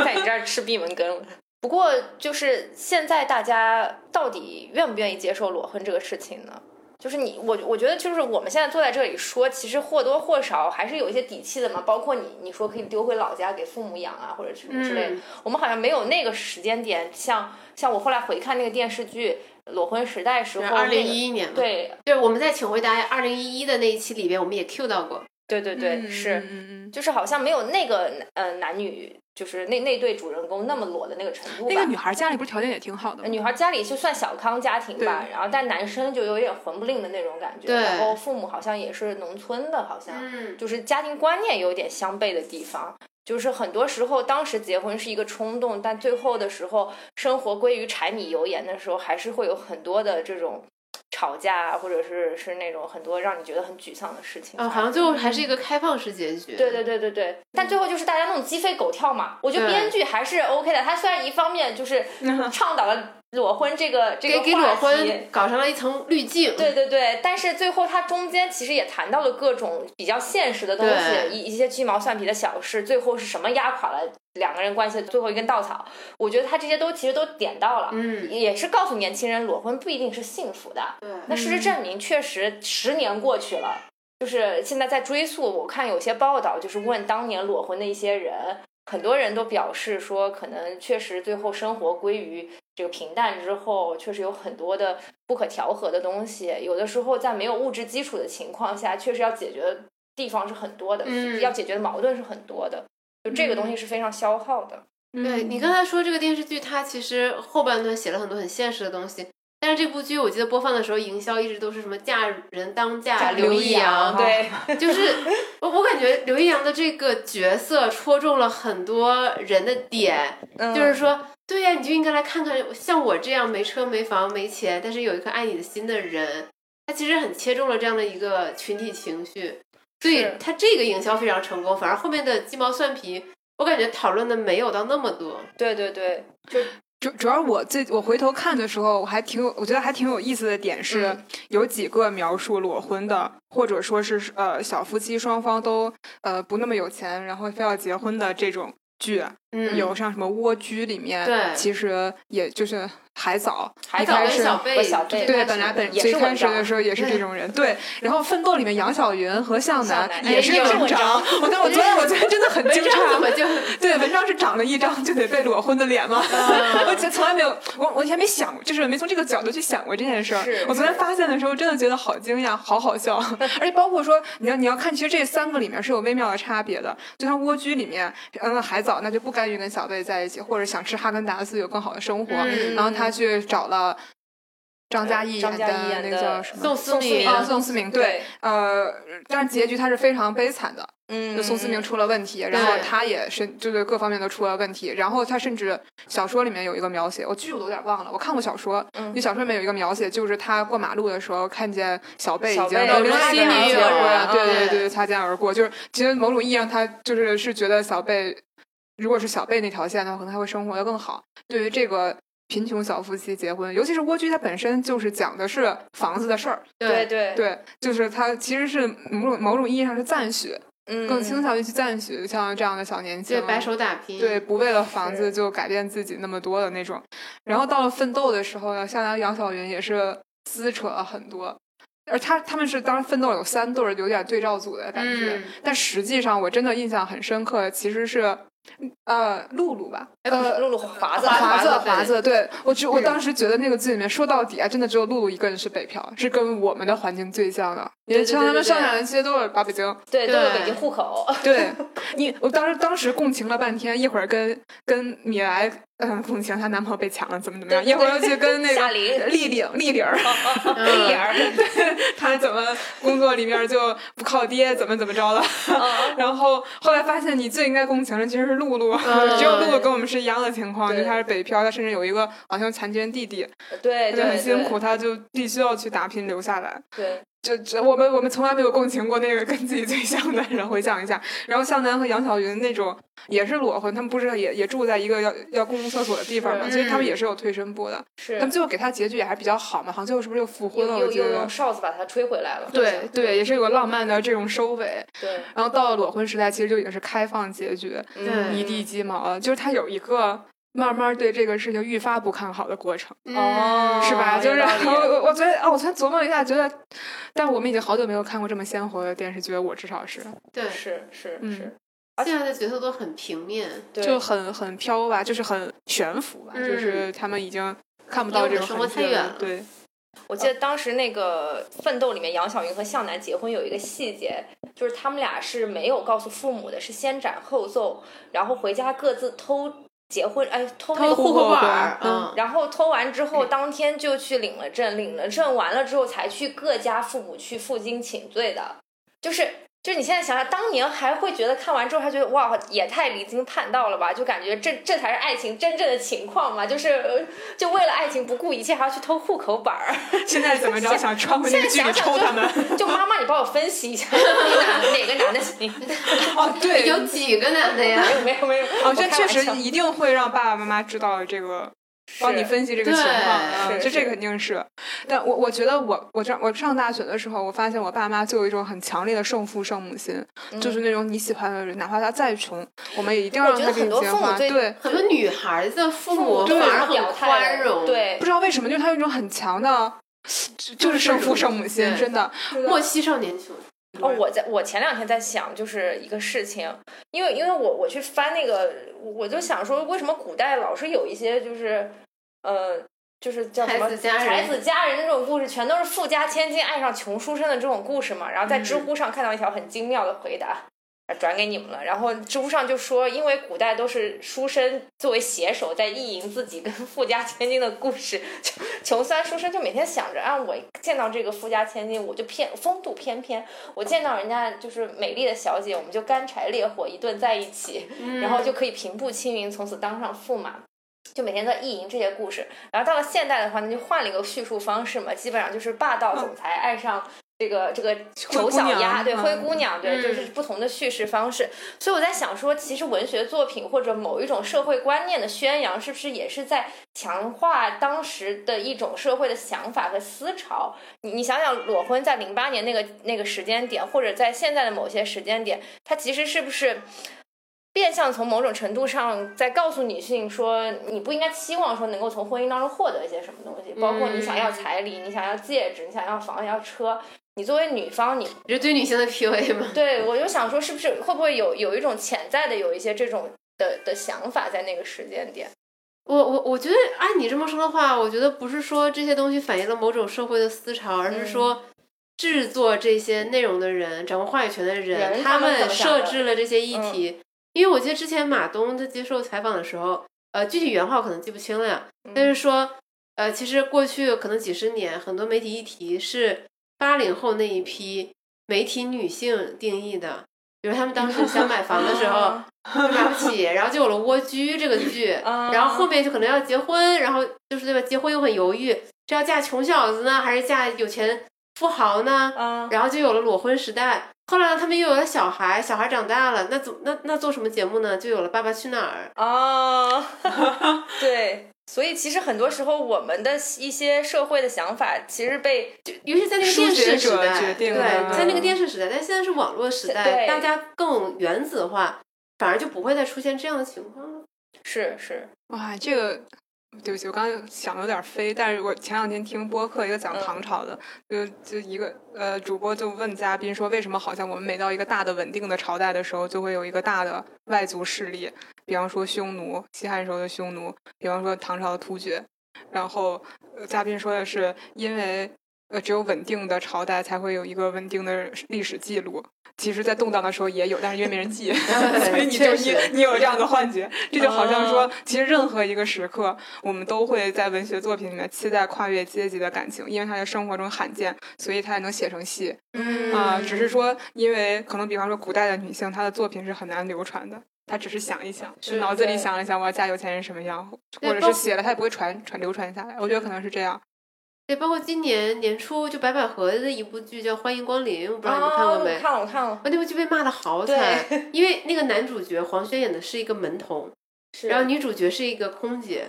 A: 在你这儿吃闭门羹了。不过，就是现在大家到底愿不愿意接受裸婚这个事情呢？就是你，我我觉得就是我们现在坐在这里说，其实或多或少还是有一些底气的嘛。包括你，你说可以丢回老家给父母养啊，或者什么之类的。
C: 嗯
A: 我们好像没有那个时间点，像像我后来回看那个电视剧《裸婚时代》时候，
C: 二零一一年嘛，
A: 那个，对
C: 就是我们在《请回答二零一一》的那一期里边，我们也 Q 到过。
A: 对对对，
B: 嗯
A: 是
B: 嗯，嗯
A: 就是好像没有那个呃男女就是那那对主人公那么裸的那个程度吧。
B: 嗯那个女孩家里不是条件也挺好的吗？
A: 女孩家里就算小康家庭吧，
B: 对
A: 然后但男生就有点混不吝的那种感觉，
C: 对
A: 然后父母好像也是农村的，好像、
C: 嗯，
A: 就是家庭观念有点相悖的地方。就是很多时候，当时结婚是一个冲动，但最后的时候，生活归于柴米油盐的时候，还是会有很多的这种吵架，啊或者是是那种很多让你觉得很沮丧的事情
C: 啊，好像最后还是一个开放式结局。
A: 对对对对对，但最后就是大家那种鸡飞狗跳嘛，我觉得
C: 对嗯
A: 编剧还是 OK 的。他虽然一方面就是倡导了裸婚这个这个
C: 给给
A: 话
C: 裸
A: 题
C: 婚搞上了一层滤镜。
A: 对对对，但是最后他中间其实也谈到了各种比较现实的东
C: 对
A: 西，一一些鸡毛蒜皮的小事，最后是什么压垮了两个人关系的最后一根稻草？我觉得他这些都其实都点到了，
C: 嗯，
A: 也是告诉年轻人裸婚不一定是幸福的。
C: 对，
A: 那事
B: 嗯
A: 实证明，确实十年过去了，就是现在在追溯，我看有些报道就是问当年裸婚的一些人，很多人都表示说，可能确实最后生活归于这个平淡之后，确实有很多的不可调和的东西，有的时候在没有物质基础的情况下，确实要解决的地方是很多的，
C: 嗯
A: 要解决的矛盾是很多的，就这个
B: 嗯
A: 东西是非常消耗的。
C: 嗯对你
A: 嗯
C: 刚才说这个电视剧，它其实后半段写了很多很现实的东西，但是这部剧我记得播放的时候，营销一直都是什么嫁人当
B: 哎
C: 嫁
A: 刘
C: 一
A: 洋，对，
C: 就是我我感觉刘一洋的这个角色戳中了很多人的点，
B: 嗯
A: 嗯
C: 就是说，对呀、你就应该来看看像我这样没车没房没钱，但是有一颗爱你的心的人，他其实很切中了这样的一个群体情绪，所以
A: 是
C: 他这个营销非常成功，反而后面的鸡毛蒜皮，我感觉讨论的没有到那么多。
A: 对对对，
B: 主主要我最我回头看的时候，我还挺有，我觉得还挺有意思的点是，
A: 嗯
B: 有几个描述裸婚的，或者说是呃小夫妻双方都呃不那么有钱，然后非要结婚的这种剧，
C: 嗯，
B: 有像什么《蜗居》里面，
C: 对
B: 其实也就是海藻，
A: 海
B: 一
A: 藻
B: 开
A: 跟
B: 始
A: 小
C: 贝
A: 和小
C: 最
A: 贝，
C: 开
B: 对，
C: 始
B: 本来本
A: 也是
B: 最开
A: 文
B: 始
A: 章
B: 的时候也是
C: 对
B: 这种人， 对。然后《奋斗》里面杨晓云和向
A: 向
B: 南
A: 南
B: 也
A: 哎
B: 是
A: 也是
B: 文
A: 文
B: 章
A: 章，
B: 我但我昨天我觉得真的很惊
C: 这样怎么
B: 诧，
C: 就
B: 对，文章是长了一张就得被裸婚的脸吗？ 我觉得从来没有，我我以前没想过，就是没从这个角度去想过这件事儿
A: 是。
B: 我昨天发现的时候，真的觉得好惊讶，好好笑。而且包括说，你要你要看，其实这三个里面是有微妙的差别的。就像《蜗居》里面，嗯，海藻那就不甘于跟小贝在一起，或者想吃哈根达斯有更好的生活，
C: 嗯
B: 然后他去找了张嘉译
A: 张嘉译
B: 演
A: 演
B: 那个
A: 的
B: 叫什么
C: 宋思明
B: 啊，宋思明对，
A: 对，
B: 呃，但是结局他是非常悲惨的，
A: 嗯，
B: 就宋思明出了问题，然后
C: 对
B: 他也是就是各方面都出了问题，然后他甚至小说里面有一个描写，我剧我都有点忘了，我看过小说，
A: 嗯
B: 就小说里面有一个描写，就是他过马路的时候看见小贝已
A: 小
B: 经
A: 贝
B: 跟另外一个
C: 有
B: 人结
C: 了新女
B: 婚
C: 友
B: 了，对
C: 对
B: 对对，擦肩而过，就是其实某种意义上他就是是觉得小贝。如果是小贝那条线的话，可能他会生活的更好。对于这个贫穷小夫妻结婚，尤其是蜗居，它本身就是讲的是房子的事儿，
A: 对对，
B: 对，就是它其实是某种某种意义上是赞许，
A: 嗯，
B: 更倾向于去赞许像这样的小年轻，
C: 对，白手打
B: 嗯
C: 拼，
B: 对，不为了房子
A: 是
B: 就改变自己那么多的那种。然后到了奋斗的时候呢，像杨晓云也是撕扯了很多，而他他们是当时奋斗有三对儿，有点对照组的感觉。
C: 嗯，
B: 但实际上，我真的印象很深刻，其实是，呃，露露吧，
C: 哎不是
B: 呃，
A: 露露华子
B: 华
C: 华子
B: 子，
C: 对
B: 华子，对我只我
C: 嗯
B: 当时觉得那个剧里面说到底啊，真的只有露露一个人是北漂，是跟我们的环境最像的，因为
C: 对对
B: 像他
C: 对
B: 们
C: 对
B: 上
C: 对
B: 两期都是把北京，
A: 对都有
C: 对
A: 北京户口，
B: 对你，我当时当时共情了半天，一会儿跟跟米莱嗯共情她男朋友被抢了怎么怎么样，一会儿又去跟那
A: 夏
B: 个
A: 琳哦
B: 丽玲丽玲儿，
A: 黑脸儿，
B: 她怎么工作里面就不靠爹，怎么怎么着了。
A: 嗯
B: 然后后来发现你最应该共情的其实是露露，
C: 嗯
B: 只有露露跟我们是一样的情况，
A: 对
B: 就她是北漂，她甚至有一个好像残疾人弟弟，
A: 对
B: 她
A: 对
B: 就很辛苦，
A: 对
B: 她就必须要去打拼留下来。
A: 对，
B: 就这，我们我们从来没有共情过那个跟自己最像的人，回想一下。然后向南和杨晓云那种也是裸婚，他们不是也也住在一个要要公共厕所的地方嘛？
A: 是
B: 其实他们也是有推声波的，
A: 是
B: 他们最后给他结局也还比较好嘛，好像最后是不是又复
A: 又
B: 婚了？我
A: 又
B: 记
A: 又
B: 得
A: 用。哨子把它吹回来了，
B: 对对，也是有个浪漫的这种收尾。
A: 对
B: 然后到了裸婚时代，其实就已经是开放结局，
A: 嗯
B: 一地鸡毛了。就是他有一个慢慢对这个事情愈发不看好的过程。
C: 嗯
A: 哦
B: 是吧？
A: 有
B: 就是
A: 道理
B: 我我我昨天啊，我昨天琢磨了一下，觉得，但我们已经好久没有看过这么鲜活的电视剧了，我至少是
C: 对，
A: 是是
B: 嗯
A: 是，
C: 现在的角色都很平面，
A: 对
B: 就很很飘吧，就是很悬浮吧，
C: 嗯
B: 就是他们已经看不到这
C: 离我们
B: 种
C: 生活
B: 痕迹
C: 太远
B: 了
C: 了
B: 对，
A: 我
B: 呃
A: 记得当时那个《奋斗》里面，杨晓云和向南结婚有一个细节，就是他们俩是没有告诉父母的，是先斩后奏，然后回家各自偷结婚，哎，偷那
C: 偷
A: 个
B: 户
C: 户
B: 口
C: 口
B: 本
C: 本
B: 儿
C: 儿，
B: 嗯
C: 嗯，
A: 然后偷完之后，当天就去领了证，领了证完了之后，才去各家父母去负荆请罪的，就是。就是你现在想想，当年还会觉得看完之后还觉得哇，也太离经叛道了吧？就感觉这这才是爱情真正的情况嘛，就是呃就为了爱情不顾一切，还要去偷户口本儿。
B: 现在怎么着想穿回那
A: 现
B: 个
A: 在
B: 剧
A: 想想
B: 里抽他们？
A: 就就妈妈，你帮我分析一下， 哪哪个男的行？
B: 哦，对，
C: 有几个男的呀？
A: 没有没有没有，
B: 哦，
A: 我
B: 这
A: 开
B: 确
A: 玩
B: 实
A: 笑
B: 一定会让爸爸妈妈知道这个，帮你
A: 是
B: 分析这个情
C: 对
B: 况啊，
A: 是
B: 这这
A: 是
B: 肯定是。但我我觉得我我上我上大学的时候，我发现我爸妈就有一种很强烈的圣父圣母心，
A: 嗯
B: 就是那种你喜欢的人，哪怕他再穷，我们也一定
A: 我
B: 让
A: 觉
B: 他
A: 得
B: 跟
A: 很
B: 你
A: 多
B: 结
A: 父母
B: 婚。
A: 对
B: 对，
C: 很多女孩子的父母
B: 对
C: 反而
A: 表
C: 很
A: 态
C: 宽容，，
A: 对
B: 不，知道为什么，就是他有一种很强的，就就是圣父圣母心，
C: 对
B: 真的。
C: 莫欺少年穷。
A: 哦，我在我前两天在想，就是一个事情，因为因为我我去翻那个，我我就想说，为什么古代老是有一些就是，呃，就是叫什么
C: 才子佳人
A: 才子佳人这种故事，全都是富家千金爱上穷书生的这种故事嘛？然后在知
C: 嗯
A: 乎上看到一条很精妙的回答。啊转给你们了，然后知乎上就说，因为古代都是书生作为写手在意淫自己跟富家千金的故事，穷穷酸书生就每天想着，啊，我见到这个富家千金，我就翩风度翩翩，我见到人家就是美丽的小姐，我们就干柴烈火一顿在一起，然后就
B: 嗯
A: 可以平步青云，从此当上驸马。就每天在意淫这些故事，然后到了现代的话，那就换了一个叙述方式嘛，基本上就是霸道总裁爱上这个这个丑小
B: 嗯灰姑娘
A: 鸭，对
B: 嗯
A: 灰姑娘，对，
C: 嗯
A: 就是不同的叙事方式。所以我在想说，其实文学作品或者某一种社会观念的宣扬，是不是也是在强化当时的一种社会的想法和思潮？你你想想，裸婚在零八年那个那个时间点，或者在现在的某些时间点，它其实是不是变相从某种程度上在告诉女性说，你不应该期望说能够从婚姻当中获得一些什么东西，包括你想要彩礼，你想要戒指，你想要房，要车。你作为女方，你
C: 你是对女性的 PUA 吗？
A: 对我就想说，是不是会不会有有一种潜在的有一些这种的的想法在那个时间点？
C: 我我我觉得按你这么说的话，我觉得不是说这些东西反映了某种社会的思潮，而是
A: 嗯
C: 说制作这些内容的人、掌握话语权的
A: 人
C: 人，
A: 他们
C: 们
A: 怎么想
C: 设
A: 的嗯
C: 置了这些议题。因为我记得之前马东在接受采访的时候，呃，具体原话我可能记不清了呀，
A: 嗯
C: 但是说，呃，其实过去可能几十年，很多媒体议题是八零后那一批媒体女性定义的。比如他们当时想买房的时候， 就买不起，然后就有了《蜗居》这个剧，
A: 啊
C: 然后后面就可能要结婚，然后就是对吧？结婚又很犹豫，是要嫁穷小子呢，还是嫁有钱富豪呢？
A: 嗯，
C: 然后就有了裸婚时代。后来他们又有了小孩，小孩长大了，那怎那那做什么节目呢？就有了《爸爸去哪儿
A: 哦，对，》。所以其实很多时候我们的一些社会的想法，其实被
C: 就尤其在那个
B: 书
C: 电
B: 写
C: 视时
B: 者
C: 代，
B: 决定
C: 对，
B: 的
C: 在那个电视时代，但现在是网络时代，
A: 对
C: 大家更原子化，反而就不会再出现这样的情况了。
A: 是是
B: 哇，
C: 嗯
B: 这个对不起，我刚刚想的有点飞，但是我前两天听播客一个讲
A: 嗯
B: 唐朝的，就就一个呃主播就问嘉宾说，为什么好像我们每到一个大的稳定的朝代的时候，就会有一个大的外族势力，比方说匈奴，西汉时候的匈奴，比方说唐朝的突厥，然后、呃嘉宾说的是因为。呃，只有稳定的朝代才会有一个稳定的历史记录。其实，在动荡的时候也有，但是因为没人记， 所以你就你
C: 嗯确实
B: 你有这样的幻觉。这就好像说
A: 哦，
B: 其实任何一个时刻，我们都会在文学作品里面期待跨越阶级的感情，因为它在生活中罕见，所以它也能写成戏
A: 嗯
B: 啊、只是说，因为可能比方说古代的女性，她的作品是很难流传的。她只是想一想，
C: 是
B: 脑子里
A: 对
B: 想了想，我要嫁有钱人什么样，
C: 对
B: 或者
C: 包
B: 是写了，她也不会传传流传下来。我觉得可能是这样。
C: 对，包括今年年初就白百合的一部剧叫《欢迎光临》，我不知道你们看过
A: 哦，
C: 没？
A: 我看了我看了，
C: 啊，那部剧被骂的好惨， 因为那个男主角黄轩演的是一个门童，
A: 是
C: 然后女主角是一个空姐。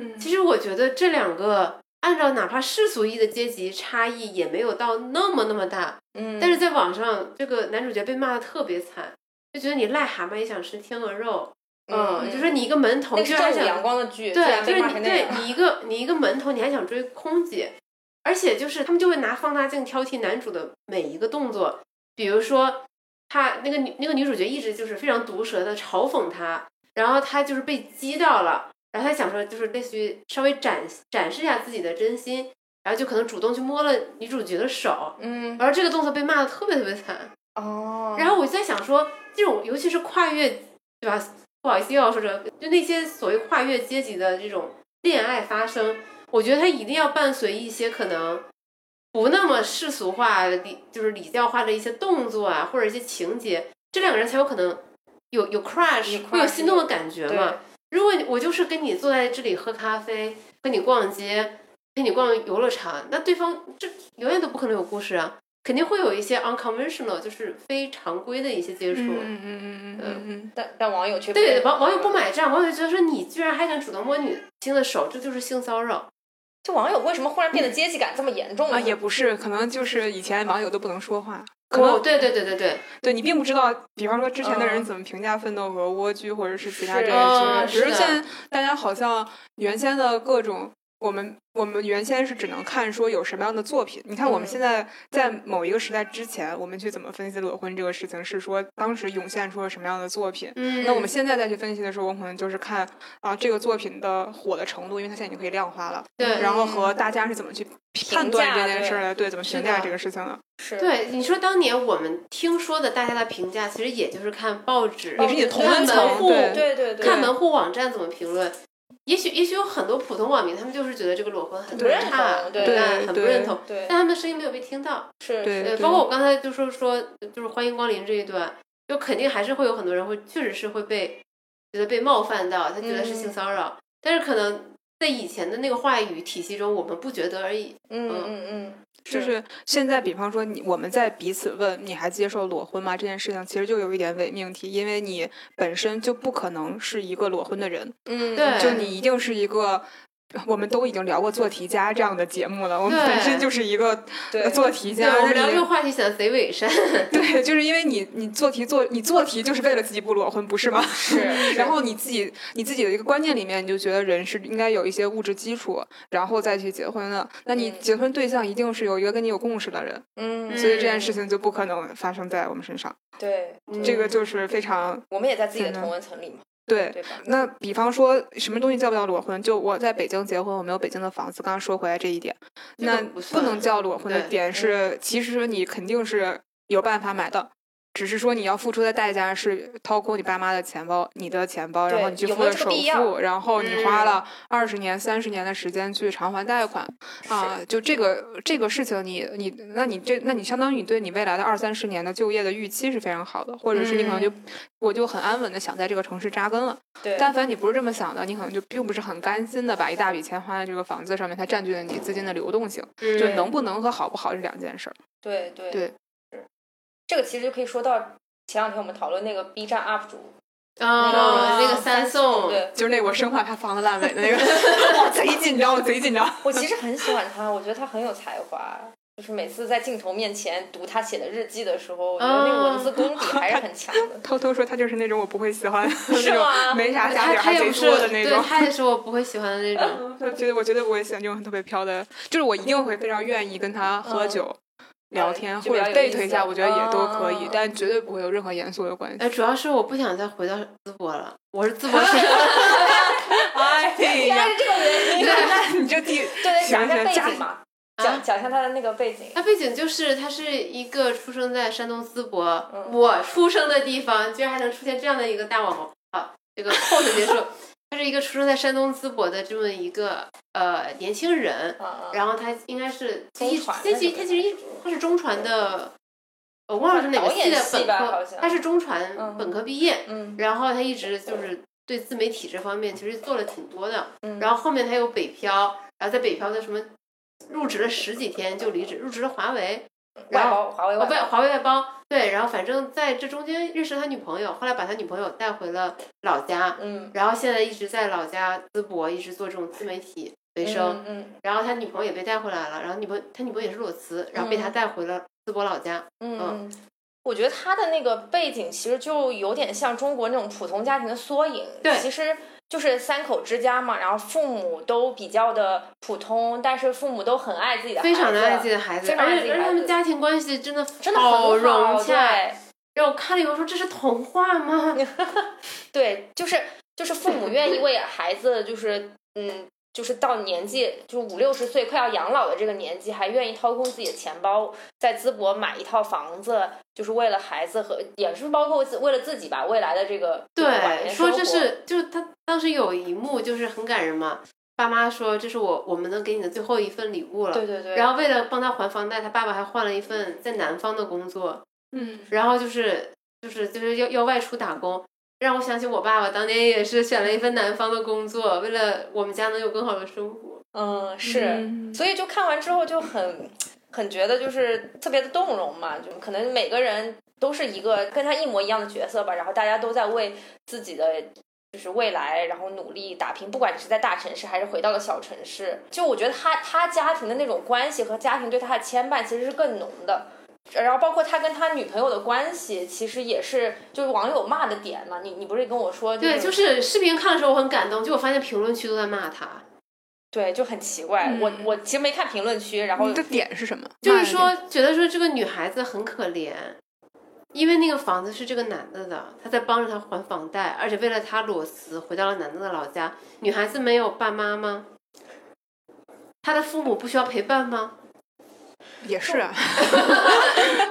B: 嗯
C: 其实我觉得这两个按照哪怕世俗意义的阶级差异也没有到那么那么大，
A: 嗯，
C: 但是在网上这个男主角被骂的特别惨，就觉得你癞蛤蟆也想吃天鹅肉，
A: 嗯，
C: 就说你一个门童
A: 那
C: 居
A: 是
C: 然还
A: 正午
C: 想
A: 阳光的剧，居
C: 对，
A: 然
C: 就
A: 被骂
C: 是
A: 成
C: 你
A: 那
C: 对
A: 样，
C: 你一个你一个门头，你还想追空姐，而且就是他们就会拿放大镜挑剔男主的每一个动作，比如说他那个女那个女主角一直就是非常毒舌的嘲讽他，然后他就是被激到了，然后他想说就是类似于稍微展展示一下自己的真心，然后就可能主动去摸了女主角的手，
A: 嗯
C: 然后这个动作被骂的特别特别惨，
A: 哦，
C: 然后我就在想说，这种尤其是跨越，对吧？不好意思又要说这个，就那些所谓跨越阶级的这种恋爱发生，我觉得它一定要伴随一些可能不那么世俗化、礼就是礼教化的一些动作啊，或者一些情节，这两个人才有可能有有 crush，
A: 有
C: 会有
A: crush，
C: 心动的感觉
A: 对
C: 嘛。如果你我就是跟你坐在这里喝咖啡，跟你逛街，陪你逛游乐场，那对方这永远都不可能有故事啊，肯定会有一些 unconventional，就是非常规的一些接触。
B: 嗯嗯嗯嗯嗯
A: 但但网友却
C: 对，
A: 不
C: 网网友不，买账，网友觉得说你居然还敢主动摸女性的手，这就是性骚扰。
A: 就网友为什么忽然变得阶级感这么严重
B: 嗯啊，
A: 呢？
B: 也不是，可能就是以前网友都不能说话，可能
C: 哦，对对对对对，
B: 对你并不知道，比方说之前的人
A: 嗯
B: 怎么评价奋斗和蜗居，或者是其他
A: 是
B: 这类形
C: 啊
B: 式，只
C: 是
B: 是
C: 的
B: 现在大家好像原先的各种。我们我们原先是只能看说有什么样的作品，你看我
A: 嗯
B: 们现在在某一个时代之前，我们去怎么分析裸婚这个事情，是说当时涌现出了什么样的作品。
C: 嗯，
B: 那我们现在再去分析的时候，我可能就是看啊这个作品的火的程度，因为它现在已经可以量化了，
C: 对
B: 然后和大家是怎么去判断
A: 价
B: 这件事儿的，对，怎么
C: 是
B: 评价
C: 的
B: 这个事情的，
A: 是，
C: 对你说，当年我们听说的大家的评价，其实也就是看报纸，
B: 也是你的同
C: 看
B: 温
C: 门
B: 层，
C: 户，
B: 对
A: 哦对对对，
C: 看门户网站怎么评论。也许也许有很多普通网民，他们就是觉得这个裸婚很
A: 不认同
C: 差，
A: 对
C: 很不
B: 对
C: 认同，
A: 对
C: 但他们的声音没有被听到。
A: 是
B: 对
C: 对，包括我刚才就说说，就是欢迎光临这一段，就肯定还是会有很多人会，确实是会被觉得被冒犯到，他觉得是性
A: 嗯
C: 骚扰，但是可能在以前的那个话语体系中，我们不觉得而已。
A: 嗯嗯嗯，
B: 就是现在，比方说你我们在彼此问你还接受裸婚吗这件事情，其实就有一点伪命题，因为你本身就不可能是一个裸婚的人，
A: 嗯
C: 对
B: 就你一定是一个。我们都已经聊过做题家这样的节目了，我们本身
C: 对
B: 就是一个
A: 对
B: 做题
C: 对，
B: 家。
C: 我们
B: 那
C: 聊
B: 你
C: 这个话题显得贼伪善。
B: 对，就是因为你你做题做你做题就是为了自己不裸婚，不是吗？
A: 是，
B: 然后你自己你自己的一个观念里面，你就觉得人是应该有一些物质基础，然后再去结婚的。那你
A: 嗯
B: 结婚对象一定是有一个跟你有共识的人，
A: 嗯，
B: 所以这件事情就嗯不可能发生在我们身上。
A: 对，
B: 这个就是非常
A: 我们也在自己的
B: 真的
A: 同文层里嘛，
B: 对。
A: 对吧？
B: 那比方说什么东西叫不叫裸婚？就我在北京结婚，我没有北京的房子。刚刚说回来这一点，
C: 这个
B: 那
C: 不
B: 不
C: 算
B: 能叫裸婚的
C: 对
A: 嗯
B: 点是，其实你肯定是有办法买的。只是说你要付出的代价是掏空你爸妈的钱包、你的钱包，然后
A: 对
B: 你去
A: 有
B: 付
A: 没有
B: 了
A: 这
B: 首
A: 个必要
B: 付，然后你花
C: 嗯
B: 了二十年、三十年的时间去偿还贷款，啊、就这个这个事情你，你那你这那你相当于你对你未来的二三十年的就业的预期是非常好的，或者是你可能就、我就很安稳的想在这个城市扎根了。
A: 对，
B: 但凡你不是这么想的，你可能就并不是很甘心的把一大笔钱花在这个房子上面，它占据了你资金的流动性，
C: 嗯
B: 就能不能和好不好是两件事儿。
A: 对对
B: 对
A: 是这个其实就可以说到前两天我们讨论那个 B 站 UP 主
C: 哦，
A: 那
C: 那
A: 个
C: 个三宋，
A: 对，
B: 就是那我生怕他防了烂尾的那 个，我贼紧张，我贼紧张。
A: 我其实很喜欢他，我觉得他很有才华。就是每次在镜头面前读他写的日记的时候，我觉得那个文字
C: 哦
A: 功底还是很强 的。
B: 偷偷说，他就是那种我不会喜欢，
A: 是
B: 那
A: 吗
B: 种没啥加
C: 他
B: 点
C: 他
B: 还
C: 也
B: 贼
C: 不是
B: 多的那
C: 对
B: 种。
C: 他也是我不会喜欢的那 种。
B: 我觉得，我觉得我也喜欢这种特别飘的，就是我一定会非常愿意跟他喝酒、聊天，
A: 就比
B: 或
A: 较有
B: 者
A: 意
B: date
A: 思
B: 一下，我觉得也都可以，
A: 哦
B: 但绝对不会有任何严肃的关系。
C: 哎，主要是我不想再回到淄博了，我是淄 博人。
B: 哎
A: 原 来，是这个原因，
B: 那你就 第
A: 对，讲一下
B: 行
A: 背
B: 行
A: 景嘛，讲讲一下他的那个背景。
C: 他背景就是他是一个出生在山东淄博，
A: 嗯
C: 我出生的地方，居然还能出现这样的一个大网红。好，这个 pose 结束。他是一个出生在山东淄博的这么一个呃年轻人，
A: 嗯嗯，
C: 然后他应该是
A: 中
C: 一
A: 传
C: 他
A: 的
C: 其
A: 是吧
C: 实他其实一他是中传的，我忘了是哪个
A: 导演
C: 系的
A: 系
C: 本
A: 吧好
C: 科
A: 像，
C: 他是中传
A: 嗯
C: 本科毕业，
A: 嗯
C: 然后他一直就是对自媒体这方面其实做了挺多的，
A: 嗯，
C: 然后后面他有北漂，然后在北漂的什么入职了十几天就离职，入职了华为，
A: 外
C: 然后
A: 包华为
C: 哦
A: 外
C: 不
A: 包，
C: 华为外包，对，然后反正在这中间认识了他女朋友，后来把他女朋友带回了老家，
A: 嗯，
C: 然后现在一直在老家淄博一直做这种自媒体为生，
A: 嗯嗯
C: 然后他女朋友也被带回来了，然后女朋友他女朋友也是裸辞，然后被他带回了淄博老家，
A: 嗯嗯。我觉得他的那个背景其实就有点像中国那种普通家庭的缩影。
C: 对
A: 其实就是三口之家嘛，然后父母都比较的普通，但是父母都很爱自己的孩子，
C: 非常的爱自己的孩子，
A: 非常爱
C: 而
A: 自己
C: 且
A: 的
C: 而且
A: 孩
C: 他
A: 子
C: 们家庭关系真的
A: 真的很好
C: 融洽。
A: 对
C: 让我看了以后说这是童话吗？
A: 对，就是就是父母愿意为孩子，就是嗯，就是到年纪就是五六十岁快要养老的这个年纪，还愿意掏空自己的钱包，在淄博买一套房子，就是为了孩子和也是包括自为了自己吧未来的这个这个晚
C: 对，
A: 年
C: 说
A: 生
C: 这
A: 活
C: 是就是他当时有一幕就是很感人嘛，爸妈说这是我我们能给你的最后一份礼物了。
A: 对对对，
C: 然后为了帮他还房贷，他爸爸还换了一份在南方的工作，
B: 嗯，
C: 然后就是就是就是要要外出打工，让我想起我爸爸当年也是选了一份南方的工作，为了我们家能有更好的生活。
A: 嗯是，
B: 嗯
A: 所以就看完之后就很很觉得就是呃特别的动容嘛，就可能每个人都是一个跟他一模一样的角色吧，然后大家都在为自己的。就是未来，然后努力打拼，不管你是在大城市还是回到了小城市，就我觉得他他家庭的那种关系和家庭对他的牵绊其实是更浓的，然后包括他跟他女朋友的关系，其实也是就是网友骂的点嘛。你你不是跟我说、
C: 对，就是视频看的时候我很感动，就我发现评论区都在骂他，
A: 对就很奇怪。
B: 嗯
A: 我我其实没看评论区，然后
C: 嗯
B: 你的点是什么？
C: 就是说觉得说这个女孩子很可怜，因为那个房子是这个男的的，他在帮着他还房贷，而且为了他裸辞回到了男的的老家。女孩子没有爸妈吗？她的父母不需要陪伴吗？
B: 也是啊，嗯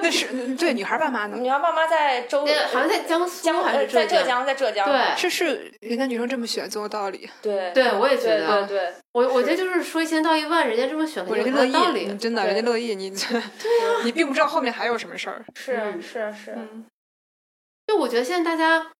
B: 那是对女孩爸妈呢？
A: 你要妈妈在周
C: 那好像在江苏
A: 江
C: 还
A: 呃
C: 是
A: 在浙
C: 浙？
A: 江，在浙江，
C: 对
B: 是是，人家女生这么选总有道理，
A: 对
C: 对，我也觉
A: 对对
C: 得，啊
A: 对，
C: 我我
A: 是
C: 觉得就是说一千道一万，人家这么选
B: 我
C: 肯
B: 人
C: 定
B: 家
C: 有她
B: 乐
C: 的道
B: 意，嗯你
C: 理。
B: 真的
A: 对
B: 人家乐意，你对你并不知道后面还有什么事儿。
A: 是啊
C: 嗯
A: 是是，
B: 嗯，
C: 就我觉得现在大家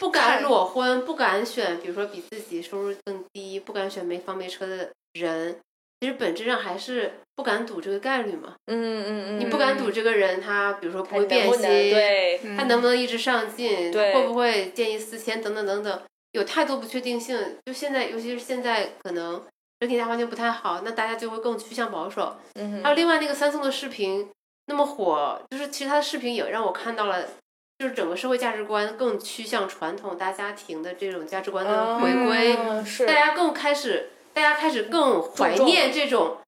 C: 不敢
B: 看
C: 裸婚，不敢选，比如说比自己收入更低，不敢选没房没车的人，其实本质上还是不敢赌这个概率嘛。
A: 嗯嗯嗯，
C: 你不敢赌这个人他，比如说不
A: 看
C: 会
A: 你能
C: 变
A: 不
C: 心，
A: 能对，
B: 嗯
C: 他能不能一直上进，
A: 对
C: 会不会见异思迁等等等等，有太多不确定性。就现在，尤其是现在可能整体大环境不太好，那大家就会更趋向保守。
A: 嗯
C: 还有另外那个三宋的视频那么火，就是其实他的视频也让我看到了，就是整个社会价值观更趋向传统大家庭的这种价值观的回归，
A: 嗯是
C: 大，家更开始，大家开始更怀念这种。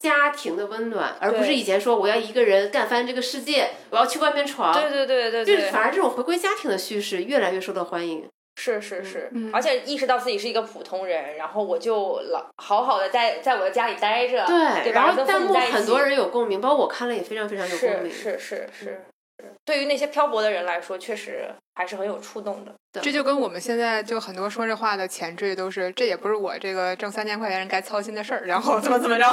C: 家庭的温暖，而不是
A: 对
C: 以前说我要一个人干翻这个世界，我要去外面闯，
A: 对对对对
C: 就是
A: 对，
C: 反而这种回归家庭的叙事越来越受到欢迎。
A: 是是是
B: 嗯，
A: 而且意识到自己是一个普通人，然后我就老好好的在在我的家里待着，对吧，
C: 然后
A: 跟父
C: 弹
A: 母
C: 幕
A: 在一
C: 很
A: 起
C: 多人有共鸣，包括我看了也非常非常有共
A: 是
C: 鸣。嗯
A: 是是是。是对于那些漂泊的人来说，确实还是很有触动的。
B: 这就跟我们现在就很多说这话的前缀都是，这也不是我这个挣三千块钱该操心的事儿，然后怎么怎么着，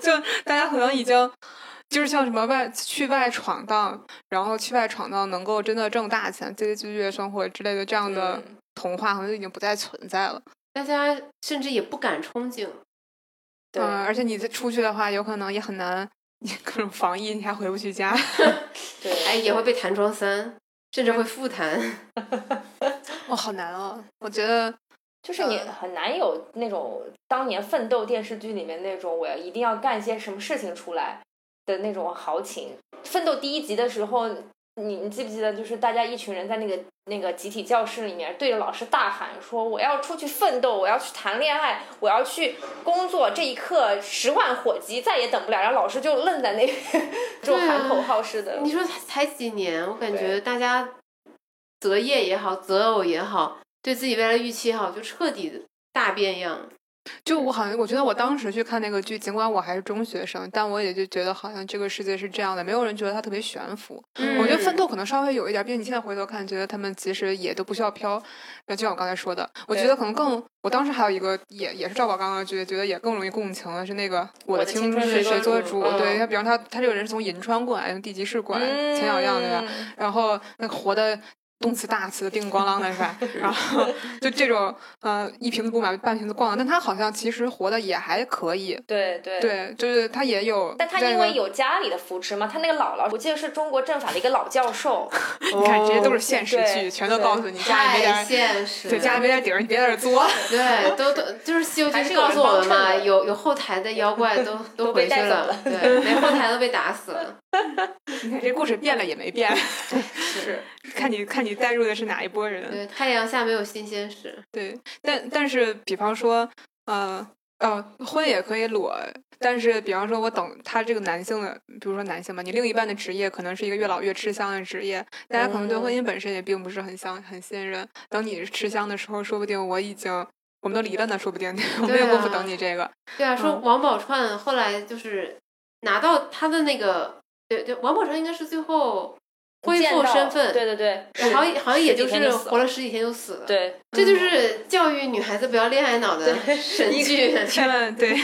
B: 就大家可能已经。就是像什么外去外闯荡，然后去外闯荡能够真的挣大钱，阶级聚月生活之类的这样的
A: 嗯
B: 童话，好像已经不再存在了。
C: 大家甚至也不敢憧憬。
A: 对，
B: 嗯，而且你再出去的话，有可能也很 难，各种防疫，你还回不去家。
A: 对，
C: 哎，也会被弹窗三。 甚至会复谈。
B: 哦，好难哦！我觉得
A: 就是你很难有那种当年奋斗电视剧里面那种我要一定要干些什么事情出来的那种豪情。奋斗第一集的时候，你你记不记得，就是大家一群人在那个那个集体教室里面对着老师大喊说：“我要出去奋斗，我要去谈恋爱，我要去工作。”这一刻，十万火急，再也等不了。然后老师就愣在那边， 这种喊口号似的。
C: 你说才才几年，我感觉
A: 对
C: 大家择业也好，择偶也好，对自己未来的预期也好，就彻底大变样。
B: 就我好像，我觉得我当时去看那个剧，尽管我还是中学生，但我也就觉得好像这个世界是这样的，没有人觉得它特别悬浮。
C: 嗯
B: 我觉得奋斗可能稍微有一点，毕竟你现在回头看，觉得他们其实也都不需要飘。呃就像我刚才说的，我觉
A: 对
B: 得可能更，我当时还有一个也也是赵宝刚刚觉得觉得也更容易共情的是那个《我
A: 的
B: 的
A: 青
B: 青
A: 春
B: 春
A: 是
B: 是谁
A: 做
B: 做
A: 主
B: 主》
A: 嗯
B: 对他，比方他他这个人是从银川过来，从地级市过来，
A: 嗯
B: 前脚样对吧？然后那个活的动词大词的叮咣啷的是 吧？然后就这种，呃，一瓶子不满半瓶子逛，但他好像其实活的也还可以，
A: 对对。
B: 对，就是他也有，
A: 但他因为，有家里的扶持嘛，他那个姥姥，我记得是中国政法的一个老教授，
B: 你看这些都是现实
A: 对
B: 剧，全都告诉你家里没
C: 太
B: 点，
C: 现实，
B: 对，家里没点底儿，你别在这 儿作。
C: 对，都都就是《西游记
A: 还是》有
C: 告
A: 人
C: 诉我
A: 帮
C: 们嘛，
A: 衬的
C: 有有后台的妖怪都都
A: 被
C: 回去
A: 带走
C: 了，
A: 了
C: 对，连后台都被打死了。
B: 你看这故事变了也 没变，
A: 是
B: 看你看你带入的是哪一波人。
C: 对，太阳下没有新鲜事。
B: 对，但但是，比方说，呃呃，婚也可以裸，但是，比方说，我等他这个男性的，比如说男性吧，你另一半的职业可能是一个越老越吃香的职业，大家可能对
C: 哦
B: 婚姻本身也并不是很相很信任。等你吃香的时候，说不定我已经我们都离了呢，说不定我没
C: 对
B: 有功夫
C: 啊
B: 等你这个。
C: 对啊，说
B: 嗯
C: 王宝钏后来就是拿到他的那个，对对，王宝钏应该是最后恢
A: 见
C: 复
A: 到
C: 身份，
A: 对对对，
C: 好像好像也
A: 十几
C: 就
A: 天
C: 是
A: 死了
C: 活了十几天就死了。，
A: 对，
C: 这就是教育女孩子不要恋爱脑的神剧。
B: 千万对，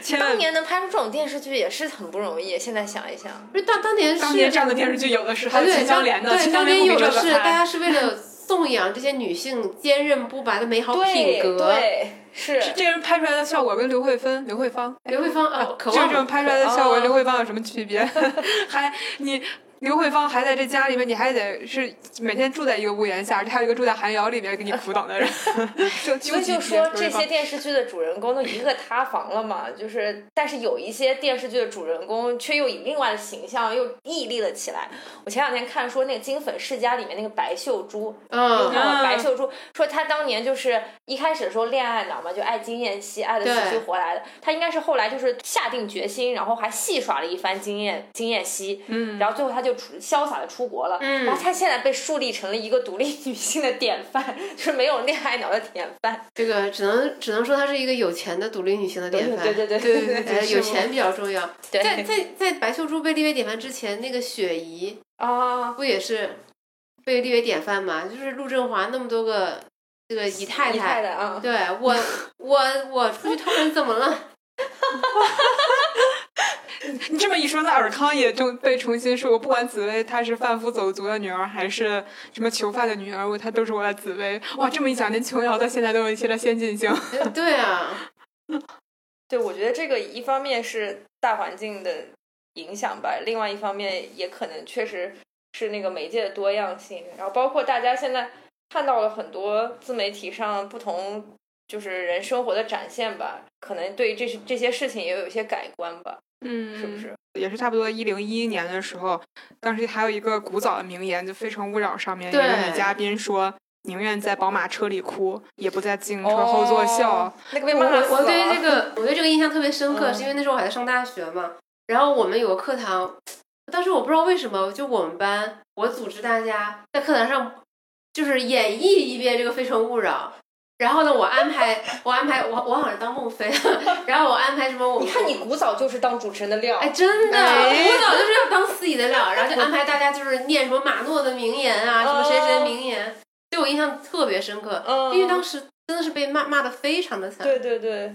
B: 千
A: 当
B: 万。
A: 年能拍出这种电视剧也是很不容易，现在想一想，
C: 不是当当年是
B: 当年这样的电视剧有的是，还
C: 啊
B: 有
C: 对
B: 秦香
C: 当
B: 莲的，
C: 对
B: 秦香
C: 当
B: 莲
C: 年
B: 不
C: 有
B: 比这
C: 的
B: 个
C: 是，大
B: 菜。
C: 家是为了颂扬这些女性坚韧不拔的美好品
A: 对
C: 格。
A: 对是，
B: 这个人拍出来的效果跟刘慧芬、刘慧芳
C: 刘慧芳啊，渴
B: 这
C: 望
B: 种拍出来的
A: 哦
B: 效果，刘慧芳有什么区别？ 还你刘慧芳还在这家里面，你还得是每天住在一个屋檐下，还有一个住在寒窑里面给你苦等的 人， 就
A: 所
B: 就
A: 以就说这些电视剧的主人公都一个塌房了嘛，就是，但是有一些电视剧的主人公却又以另外的形象又屹立了起来。我前两天看说那个《金粉世家》里面那个白秀珠，你
C: 嗯，
A: 看过
B: 嗯
A: 白秀珠说她当年就是一开始的时候恋爱脑嘛，就爱金燕西，爱的死去
C: 对
A: 活来的。她应该是后来就是下定决心，然后还戏耍了一番金燕金燕西，嗯，然后最后她就出潇洒的出国了，
C: 嗯
A: 然后她现在被树立成了一个独立女性的典范，就是没有恋爱脑的典范，
C: 这个只能只能说她是一个有钱的独立女性的典范。
A: 对对对
B: 对对
C: 呃，
B: 对
C: 有钱比较重要。
A: 对
C: 在在在白秀珠被列为典范之前，那个雪姨
A: 啊，
C: 不也是被列为典范嘛？就是陆振华那么多个这个姨太
A: 厉害
C: 太，
A: 的啊，
C: 对我我我出去偷人怎么了？
B: 你这么一说，那尔康也就被重新说，我不管紫薇她是贩夫走卒的女儿，还是什么囚犯的女儿，我她都是我的紫薇。哇，这么一讲，连琼瑶到现在都有一些的先进性。
C: 呃对啊，
A: 对，我觉得这个一方面是大环境的影响吧，另外一方面也可能确实是那个媒介的多样性，然后包括大家现在看到了很多自媒体上不同就是人生活的展现吧，可能对这些这些事情也有一些改观吧，
B: 嗯
A: 是不是？
B: 也是差不多一零一一年的时候，当时还有一个古早的名言，就《非诚勿扰》上面有一个
C: 对
B: 女嘉宾说：“宁愿在宝马车里哭，也不在自行车嗯后座笑。啊
A: 哦，那个被
C: 我
A: 骂
C: 我
A: 死
C: 我
A: 了。啊
C: 对这个我对这个印象特别深刻，
A: 嗯
C: 是因为那时候我还在上大学嘛。然后我们有个课堂，当时我不知道为什么，就我们班我组织大家在课堂上就是演绎一遍这个《非诚勿扰》。然后呢，我安排我安排我我好像是当孟非，啊然后我安排什么我
A: 你看你古早就是当主持人的料，
C: 哎，真的，
B: 哎
C: 我早就是要当司仪的料，然后就安排大家就是念什么马诺的名言啊，什么谁谁的名言，对我印象特别深刻，
A: 嗯，
C: 因为当时真的是被骂骂的非常的惨，
A: 对对对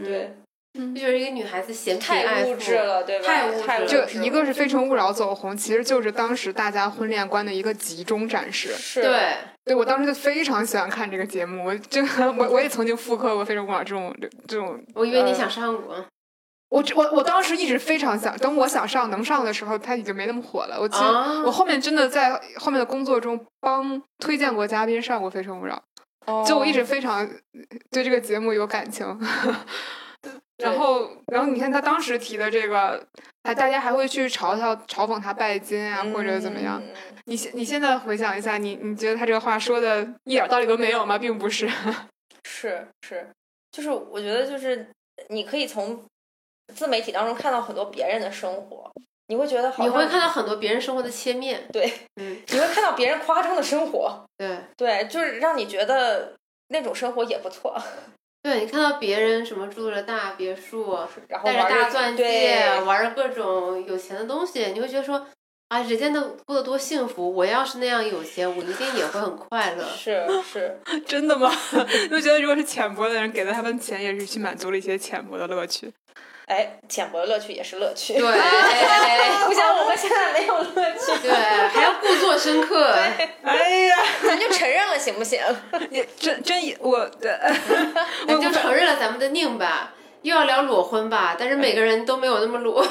A: 对，
B: 嗯
C: 就觉得一个女孩子嫌贫
A: 太
C: 爱
A: 物
C: 富，
A: 质了，对吧？
C: 太物质
A: 太
C: 了
A: 物质
B: 就
A: 了，
B: 一个是《非诚勿扰》走红，其实就是当时大家婚恋观的一个集中展示。
A: 是
C: 对，
B: 对我当时就非常喜欢看这个节目，我这个我我也曾经复刻过《非诚勿扰》这种这种
A: 嗯
C: 我以为你想上过，
B: 我这我我当时一直非常想，等我想上能上的时候，他已经没那么火了。我记得、
C: 啊
B: 我后面真的在后面的工作中帮推荐过嘉宾上过《非诚勿扰》，
A: 哦
B: 就我一直非常对这个节目有感情。 然后，然后你看他当时提的这个，还大家还会去嘲笑、嘲讽他拜金啊，或者怎么样？
A: 嗯
B: 你现你现在回想一下，你你觉得他这个话说的一点道理都没有吗？并不是，
A: 是是，就是我觉得就是你可以从自媒体当中看到很多别人的生活，你会觉得好
C: 你
A: 像
C: 会看到很多别人生活的切面。
A: 对，
C: 嗯，
A: 你会看到别人夸张的生活，
C: 对
A: 对，就是让你觉得那种生活也不错，
C: 对，你看到别人什么住着大别墅，啊
A: 然后
C: 带着
A: 玩
C: 大
A: 着
C: 钻戒啊
A: 对，
C: 玩着各种有钱的东西，你会觉得说啊，人家那过得多幸福，我要是那样有钱，我一定也会很快 乐。
A: 是是，
B: 真的吗？ 你就觉得如果是浅薄的人，给了他们钱，也是去满足了一些浅薄的乐趣。
A: 哎，浅薄的乐趣也是乐趣，
C: 对
A: 不像我们现在没有乐趣，
C: 对，还要故作深刻。
B: 哎呀，
A: 咱就承认了行不行？
B: 也真真也我呃的，
C: 我就承认了咱们的拧吧，又要聊裸婚吧，但是每个人都没有那么裸。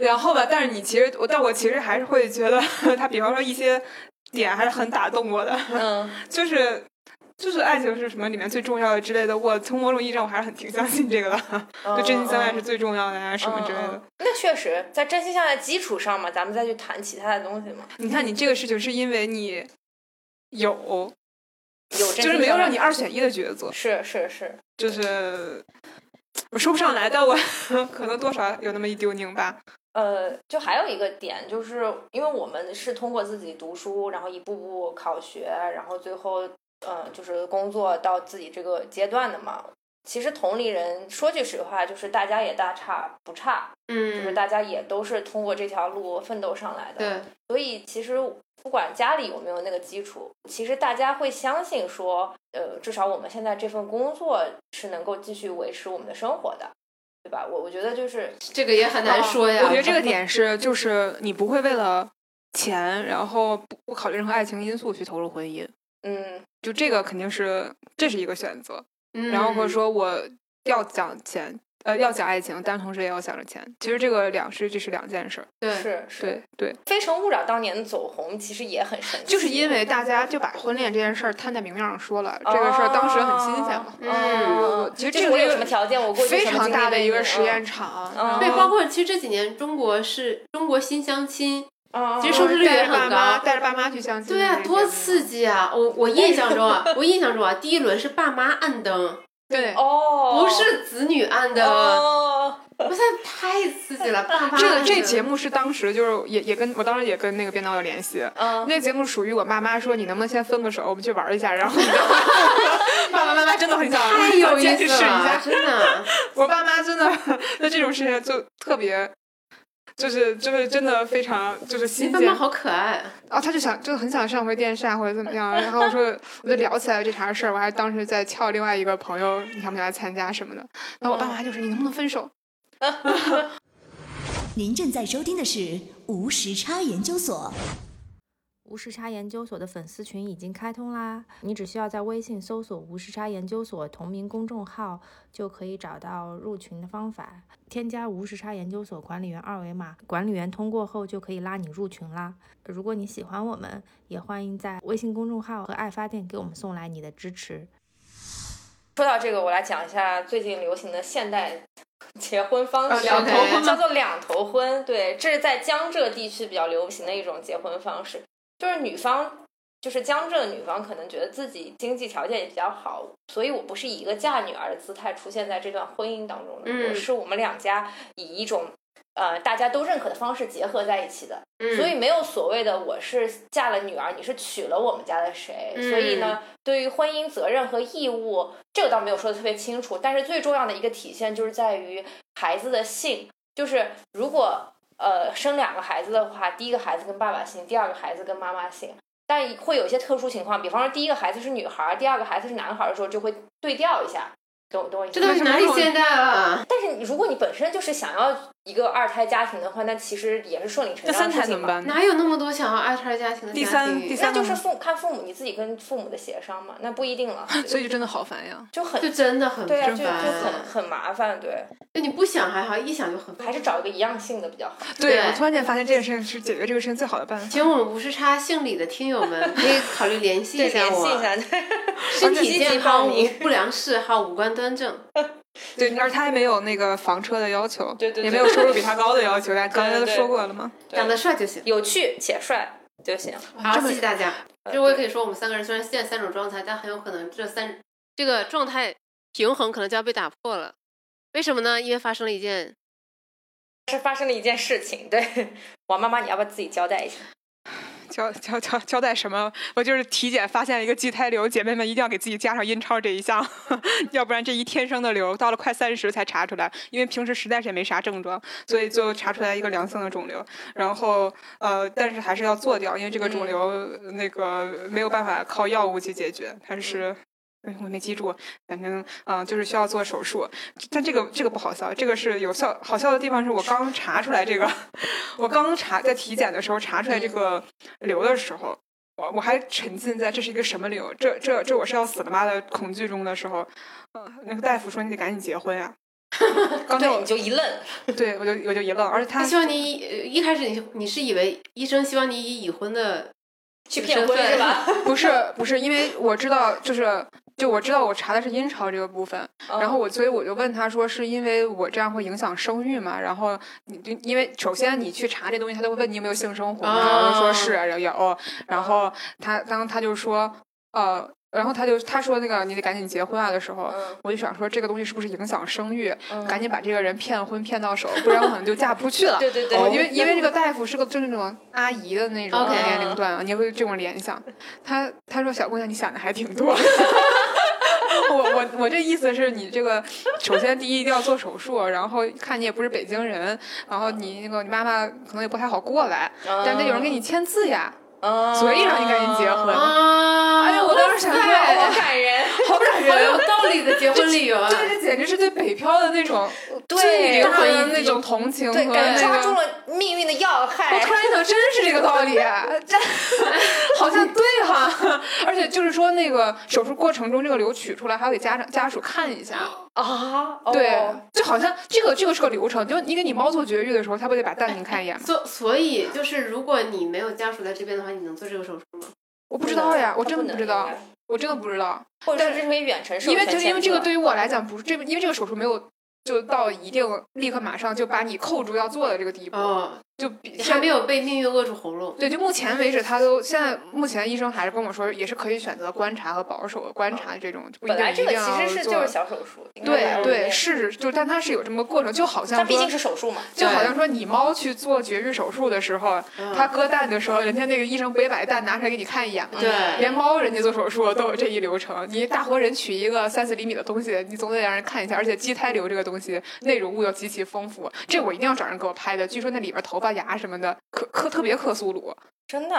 B: 然后吧，但是你其实我，但我其实还是会觉得他，比方说一些点还是很打动我的，
A: 嗯，
B: 就是。就是爱情是什么里面最重要的之类的，我从某种意义上我还是很挺相信这个的，
A: 哦
B: 就真心相爱是最重要的呀、什么之类
A: 嗯
B: 的
A: 嗯。那确实，在真心相爱的基础上嘛，咱们再去谈其他的东西嘛。
B: 你看，你这个事情是因为你有，
A: 有真
B: 就是
A: 心
B: 没有
A: 相
B: 让
A: 爱
B: 你二选一的抉择，
A: 是是是，
B: 就是我说不上来，但我 可能多少有那么一丢拧吧。
A: 呃，就还有一个点，就是因为我们是通过自己读书，然后一步步考学，然后最后呃，就是工作到自己这个阶段的嘛。其实同龄人说句实话，就是大家也大差不差，就是
C: 嗯，
A: 大家也都是通过这条路奋斗上来的。
C: 对，
A: 所以其实不管家里有没有那个基础，其实大家会相信说，呃，至少我们现在这份工作是能够继续维持我们的生活的，对吧？我我觉得就是
C: 这个也很
A: 哦
C: 难说呀。
B: 我觉得这 个点是，就是你不会为了钱，然后不不考虑任何爱情因素去投入婚姻，
A: 嗯，
B: 就这个肯定是这是一个选择。
C: 嗯，
B: 然后或者说我要讲钱，呃，要讲爱情，但同时也要想着钱。其实这个两是这是两件事儿。
C: 对，
A: 是是，《
B: 对对，
A: 非诚勿扰》当年的走红其实也很神奇，
B: 就是因为大家就把婚恋这件事儿摊在明面上说了，这个事儿当时很新鲜嘛。
A: 哦
C: 嗯
A: 哦
B: 其实
A: 就是
B: 这个
A: 我
B: 是
A: 有什么条件，我过去
B: 非
A: 什么
B: 常
A: 经历
B: 大的
A: 给
B: 一个
A: 你
B: 实验，场，
A: 嗯
C: 对，包括其实这几年中国是中国新相亲，
A: 嗯、
C: 其实收视率也
B: 带着
C: 很
B: 爸妈
C: 高
B: 带着爸妈去相亲，
C: 对啊，多刺！激啊！我我印象中啊，我印象中啊，第一轮是爸妈按灯，
B: 对，
A: 哦，
C: 不是子女按灯，
A: 哦，
C: 我现在太刺激了，爸妈
B: 这个
C: 按
B: 这
C: 灯
B: 节目是当时就是也也跟我当时也跟那个编导有联系。
C: 哦
A: 嗯，
B: 那节目属于我爸妈说你能不能先分个手，我们去玩一下，然 后你再爸爸妈妈真的很想
C: 太有 意
B: 见识一
C: 思了
B: 下，，
C: 真的。
B: 我爸妈真的对这种事情就特别，就是就是真的非常就是
C: 你
B: 新
C: 爸
B: 鲜
C: 妈好可爱，
B: 啊，他就想就很想上回电视啊或者怎么样，然后我说我就聊起来这茬事儿，我还当时在撬另外一个朋友，你想不想来参加什么的，然后我爸妈就说你能不能分手？
D: 您正在收听的是无时差研究所。
E: 无时差研究所的粉丝群已经开通啦！你只需要在微信搜索“无时差研究所”同名公众号，就可以找到入群的方法。添加“无时差研究所”管理员二维码，管理员通过后就可以拉你入群啦。如果你喜欢我们，也欢迎在微信公众号和爱发电给我们送来你的支持。
A: 说到这个，我来讲一下最近流行的现代结婚方
B: 呃
A: 式，
B: 两
C: 啊头婚吗
A: 叫做两头婚。对，这是在江浙地区比较流行的一种结婚方式，就是女方。就是江浙的女方可能觉得自己经济条件也比较好，所以我不是以一个嫁女儿的姿态出现在这段婚姻当中的，
C: 嗯
A: 我是我们两家以一种呃大家都认可的方式结合在一起的。
C: 嗯
A: 所以没有所谓的我是嫁了女儿，你是娶了我们家的谁。
C: 嗯
A: 所以呢，对于婚姻责任和义务，这个倒没有说的特别清楚。但是最重要的一个体现就是在于孩子的姓，就是如果呃生两个孩子的话，第一个孩子跟爸爸姓，第二个孩子跟妈妈姓。但会有一些特殊情况，比方说第一个孩子是女孩儿，第二个孩子是男孩儿的时候，就会对调一下。懂懂我意思
C: 这
A: 吗？
C: 东西哪里现代了？啊
A: 但是你如果你本身就是想要一个二胎家庭的话，那其实也是顺理成
B: 那
A: 章
B: 三
A: 的事
B: 胎
A: 情
B: 怎么
A: 嘛。
B: 办呢？
C: 哪有那么多想要二胎家庭的家庭？
B: 第三第三
A: 那就是父看父母你自己跟父母的协商嘛，那不一定 了，
B: 所以就真的好烦呀。
A: 就很
C: 就真的很
A: 对啊，就
C: 正
A: 就
C: 烦
A: 很。很麻烦，对，
C: 就你不想还好，一想就很烦。
A: 还是找一个一样性的比较好。
B: 对
C: 对
B: 我突然间发现这件事情是解决这个事情最好的办法。
C: 请我们无时差姓李的听 友们可以考虑联系
A: 对，
C: 一下
A: 联
C: 我。
A: 系一下，对
C: 身体健康，
A: 积极
C: 无
A: 报
C: 不良嗜好，无官端正。
B: 对，而他还没有那个房车的要求，
A: 对对对
B: 也没有收入比他高的要 求，大家刚才都
A: 对对对
B: 说过了嘛。
A: 对
C: 长得帅就行。
A: 有趣且帅就行。
C: 好，
B: 这么
C: 谢谢大家。
A: 呃
C: 就我也可以说，我们三个人虽然现在三种状态，但很有可能这三这个状态平衡可能就要被打破了。为什么呢？因为发生了一件，
A: 是发生了一件事情，对，王妈妈，你要不要自己交代一下？
B: 交交交交代什么？我就是体检发现了一个畸胎瘤，姐妹们一定要给自己加上阴超这一项， 要不然这一天生的瘤到了快三十才查出来，因为平时实在是也没啥症状， 所以就查出来一个良性的肿瘤。然后呃，但是还是要做掉，因为这个
A: 嗯
B: 肿瘤、那个没有办法靠药物去解决，
A: 嗯
B: 它是。哎我没记住，反正嗯、呃就是需要做手术，但这个这个不好笑，这个是有笑好笑的地方是我刚查出来这个， 我刚查在体检的时候查出来
A: 嗯
B: 这个流的时候，我我还沉浸在这是一个什么流，这这这我是要死了吗的恐惧中的时候，呃，那个大夫说你得赶紧结婚呀、 刚才
A: 对，
B: 我
A: 你就一愣，
B: 对我就我就一愣，而且他
C: 他希望你以呃一开始你你是以为医生希望你以已婚的
A: 去骗婚是吧？
B: 不是不是，因为我知道就是就我知道我查的是阴超这个部分，
A: 哦
B: 然后我所以我就问他说是因为我这样会影响生育嘛？然后你就因为首先你去查这东西，他都会问你有没有性生活嘛，然
A: 哦
B: 后说是然后有，然后他当他就说呃，然后他就他说那个你得赶紧结婚啊的时候，
A: 嗯
B: 我就想说这个东西是不是影响生育？
A: 嗯
B: 赶紧把这个人骗婚骗到手，不然我可能就嫁不出去 了。
A: 对对对
B: 哦因为因为这个大夫是个就是那种阿姨的那种
C: OK
B: 年龄段啊，你会有这种联想。他他说小姑娘，你想的 还挺多。我我我这意思是你这个，首先第一一定要做手术，然后看你也不是北京人，然后你那个你妈妈可能也不太好过来，但得有人给你签字呀，
A: 嗯，哦
B: 所以让你赶紧结婚。
C: 啊！
B: 哎呀，我当时想说，哇
A: 好感 人，
B: 好感
C: 好有
B: 人，
C: 道理的结婚理由啊！
B: 对，这简直是对北漂的那种
A: 对
B: 最大
C: 回
B: 的
C: 忆
B: 那种同情和
A: 对，感觉抓
B: 那
A: 住
B: 个。哎
A: 了命运的要害
B: 我。突然想，真是这个道 理，啊这好像对哈、而且就是说，那个手术过程中，这个瘤取出来还要给家长家属看一下，
A: 啊，哦
B: 对，就好像这个这个是个流程，就你给你猫做绝育的时候，它不得把蛋给你看一眼吗？
C: 所所以就是，如果你没有家属在这边的话，你能做这个手术吗？
B: 我不知道呀，
A: 他
B: 我真的
A: 能
B: 不知道
A: 应该，
B: 我真的不知道，
A: 或者是可以远程授
B: 因为
A: 权
B: 就因为
A: 签
B: 这个
A: 字
B: 对于我来讲不是这，因为这个手术没有就到一定立刻马上就把你扣住要做的这个地步，
C: 哦，
B: 就比
C: 你还没有被命运扼住喉咙。
B: 对，就目前为止，他都现在目前医生还是跟我说，也是可以选择观察和保守观察这种，就不一
A: 哦本
B: 定
A: 来
B: 一
A: 这
B: 定
A: 个
B: 要
A: 其实是就
B: 做
A: 是小手术，应该来
B: 对
A: 说
B: 对
A: 是
B: 是就，但它是有这么个过程，就好像
A: 但毕
B: 说
A: 竟是手术嘛，
B: 就好
C: 对
B: 像说你猫去做绝育手术的时候，
A: 嗯
B: 它割蛋的时候，人家那个医生不也把蛋拿出来给你看一眼吗？
C: 对，
B: 连猫人家做手术都有这一流程，你大活人取一个三四厘米的东西，你总得让人看一下。而且畸胎瘤这个东西内容物又极其丰富，这我一定要找人给我拍的。据说那里边头发、牙什么的，克克特别克苏鲁。
A: 真的。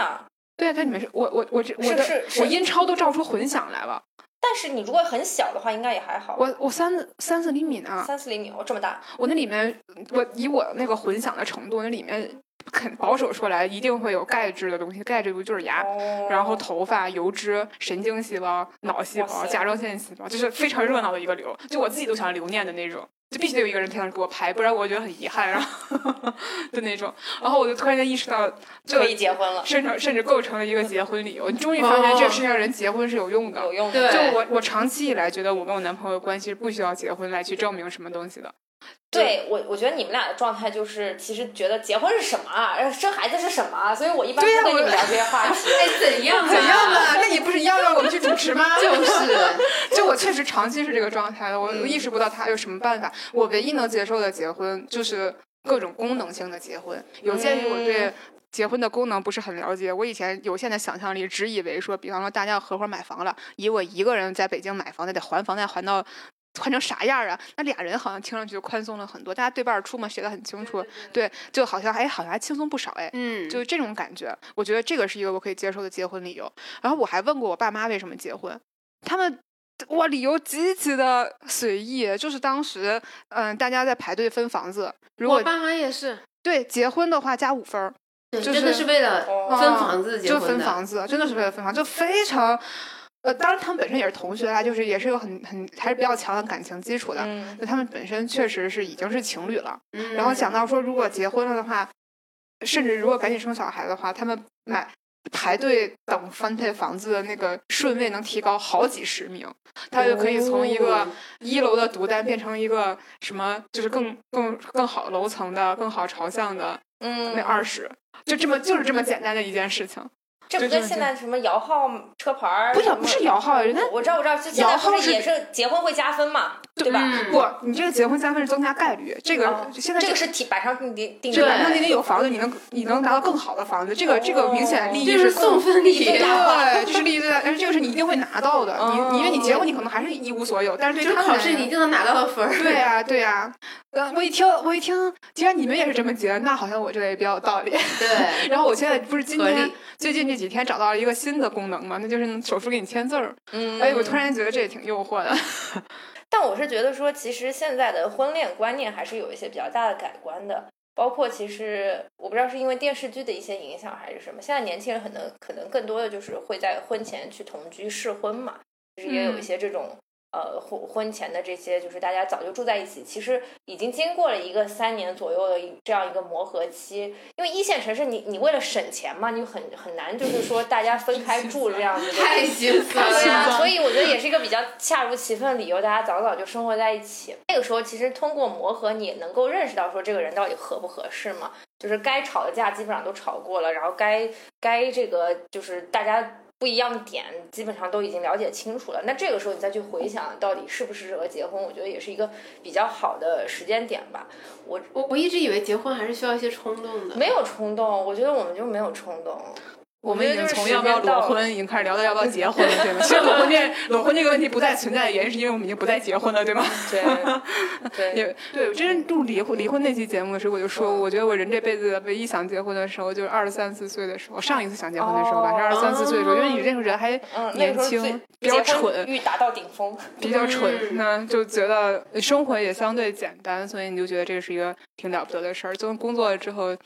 B: 对啊，它里面是我我我这我
A: 是
B: 的
A: 是是
B: 我音超都照出混响来了，
A: 但是你如果很小的话，应该也还好。
B: 我我三三四厘米呢，
A: 三四厘米，哦我这么大，
B: 我那里面我以我那个混响的程度，那里面肯保守说来一定会有钙质的东西，钙质不就是牙，
A: 哦
B: 啊然后头发、油脂、神经细胞、脑细
A: 哇
B: 胞、
A: 塞
B: 甲状腺细胞，就是非常热闹的一个瘤，就我自己都想留念的那种。就必须得有一个人天天给我拍，不然我觉得很遗憾，然后的那种。然 后我就突然间意识到，这
A: 可以结婚了，
B: 甚至甚至构成了一个结婚理由。你终于发现这
C: 哦
B: 世界上人结婚是有用的，
A: 有用
C: 对
A: 的。
B: 就我我长期以来觉得我跟我男朋友的关系是不需要结婚来去证明什么东西的。
A: 对我，我觉得你们俩的状态就是，其实觉得结婚是什么啊，呃生孩子是什么啊，所以我一般
B: 对呀
A: 不跟你
B: 我
A: 们聊这些 话题。啊
C: 哎，怎 样？
B: 怎样？ 啊吧？那你不是一样让我们去主持 吗？
C: 就是，嗯
B: 就我确实长期是这个状态的，我我意识不到他有什么办法。我唯一能接受的结婚就是各种功能性的结婚。有鉴于我对结婚的功能不是很了解，我以前有限的想象力，只以为说，比方说大家要合伙买房了，以我一个人在北京买房，那得还房贷还到。还成啥样啊？那俩人好像听上去就宽松了很多，大家对半儿出嘛，学得很清楚，对，就好像哎，好像还轻松不少哎。
C: 嗯，
B: 就是这种感觉，我觉得这个是一个我可以接受的结婚理由。然后我还问过我爸妈为什么结婚，他们哇，理由极其的随意，就是当时嗯、大家在排队分房子，如
C: 我
B: 果
C: 爸妈也是，
B: 对结婚的话加五分儿，
C: 对，
B: 就
C: 真的
B: 是
C: 是为了
A: 哦
B: 啊
C: 分房子结
B: 就
C: 婚的，
B: 分房子，真的是为了 分房，就非常。呃，当然，他们本身也是同学啦，啊就是也是有很很还是比较强的感情基础的。
A: 嗯，
B: 就他们本身确实是已经是情侣了，
C: 嗯，
B: 然后想到说如果结婚了的话，甚至如果赶紧生小孩的话，他们买排队等分配房子的那个顺位能提高好几十名，他就可以从一个
C: 哦
B: 一楼的独单变成一个什么，就是更更更好楼层的、更好朝向的
A: 嗯，
B: 那二十，就这么就是这么简单的一件事情。
A: 这不
B: 就这
A: 跟
B: 么
A: 现在什么摇号车牌儿
B: 不是
A: 什么
B: 不是摇号人家
A: 我知道我知道，就现在
B: 嗯摇
A: 不
B: 号
A: 是
B: 是
A: 也是结婚会加分嘛，对吧？
C: 嗯
B: 不，你这个结婚加分是增加概率，这个、
A: 哦
B: 现在
A: 这
B: 这
A: 个是体板上钉钉钉
B: 这
A: 的
B: 板上那里有房子，你能你能拿到更好的房子，这个这个明显利益
C: 这是送分
B: 利益
C: 题
B: 最大对，这是利益最大，但是这个是你一定会拿到的。你你因为你结婚，你可能还是一无所有，但是
C: 哦就
B: 对
C: 是
B: 他们
C: 考
B: 来
C: 试
B: 说
C: 你一定能拿到的分儿。
B: 对呀、对呀、呃，我一听，我一听，既然你们也是这么结，那好像我这个也比较有道理。
C: 对，
B: 然后我现在不是今
C: 合
B: 天
C: 理
B: 最近这几天找到了一个新的功能嘛，那就是手术给你签字儿。
A: 嗯，
B: 哎，我突然觉得这也挺诱惑的。
A: 但我是觉得说，其实现在的婚恋观念还是有一些比较大的改观的，包括其实我不知道是因为电视剧的一些影响还是什么，现在年轻人可能可能更多的就是会在婚前去同居试婚嘛，就是也有一
B: 嗯
A: 些这种。呃，婚婚前的这些就是大家早就住在一起，其实已经经过了一个三年左右的一这样一个磨合期。因为一线城市你，你为了省钱嘛，你很很难就是说大家分开住这样子的。
C: 太心酸
A: 对呀、
C: 了。
A: 所以我觉得也是一个比较恰如其分的理由，大家早早就生活在一起。那个时候其实通过磨合，你也能够认识到说这个人到底合不合适嘛。就是该吵的架基本上都吵过了，然后该该这个就是大家不一样的点基本上都已经了解清楚了。那这个时候你再去回想到底适不适合结婚，我觉得也是一个比较好的时间点吧。
C: 我我一直以为结婚还是需要一些冲动的，
A: 没有冲动，我觉得我们就没有冲动。
B: 我
A: 们
B: 们
A: 已
B: 已
A: 经
B: 经
A: 从
B: 从
A: 要
B: 要
A: 不
B: 不
A: 要裸
B: 要裸
A: 婚
B: 婚已经开始聊到要不要结婚了，对吗？其实裸婚 这裸婚这个问题不再存在的原因，是因为我们已经不再结婚了，对吗？
A: 对，对，
B: 也嗯对，我真正录离婚离婚那期节目的时候，我就说，我觉得我人这辈子唯一想结婚的时候，就是二十三四岁的时候，上一次想结婚的时候吧，是二十三四岁的时候，因为你这哦个人还
A: 嗯，那
B: 年
A: 个时候
B: 轻
A: 最，
B: 比较
A: 结婚
B: 蠢，
A: 欲达到顶峰。
B: 比较蠢，
C: 嗯
B: 那就觉得生活也相对简单，所以你就觉得这个是一个挺了不得的事儿。就工作了之后，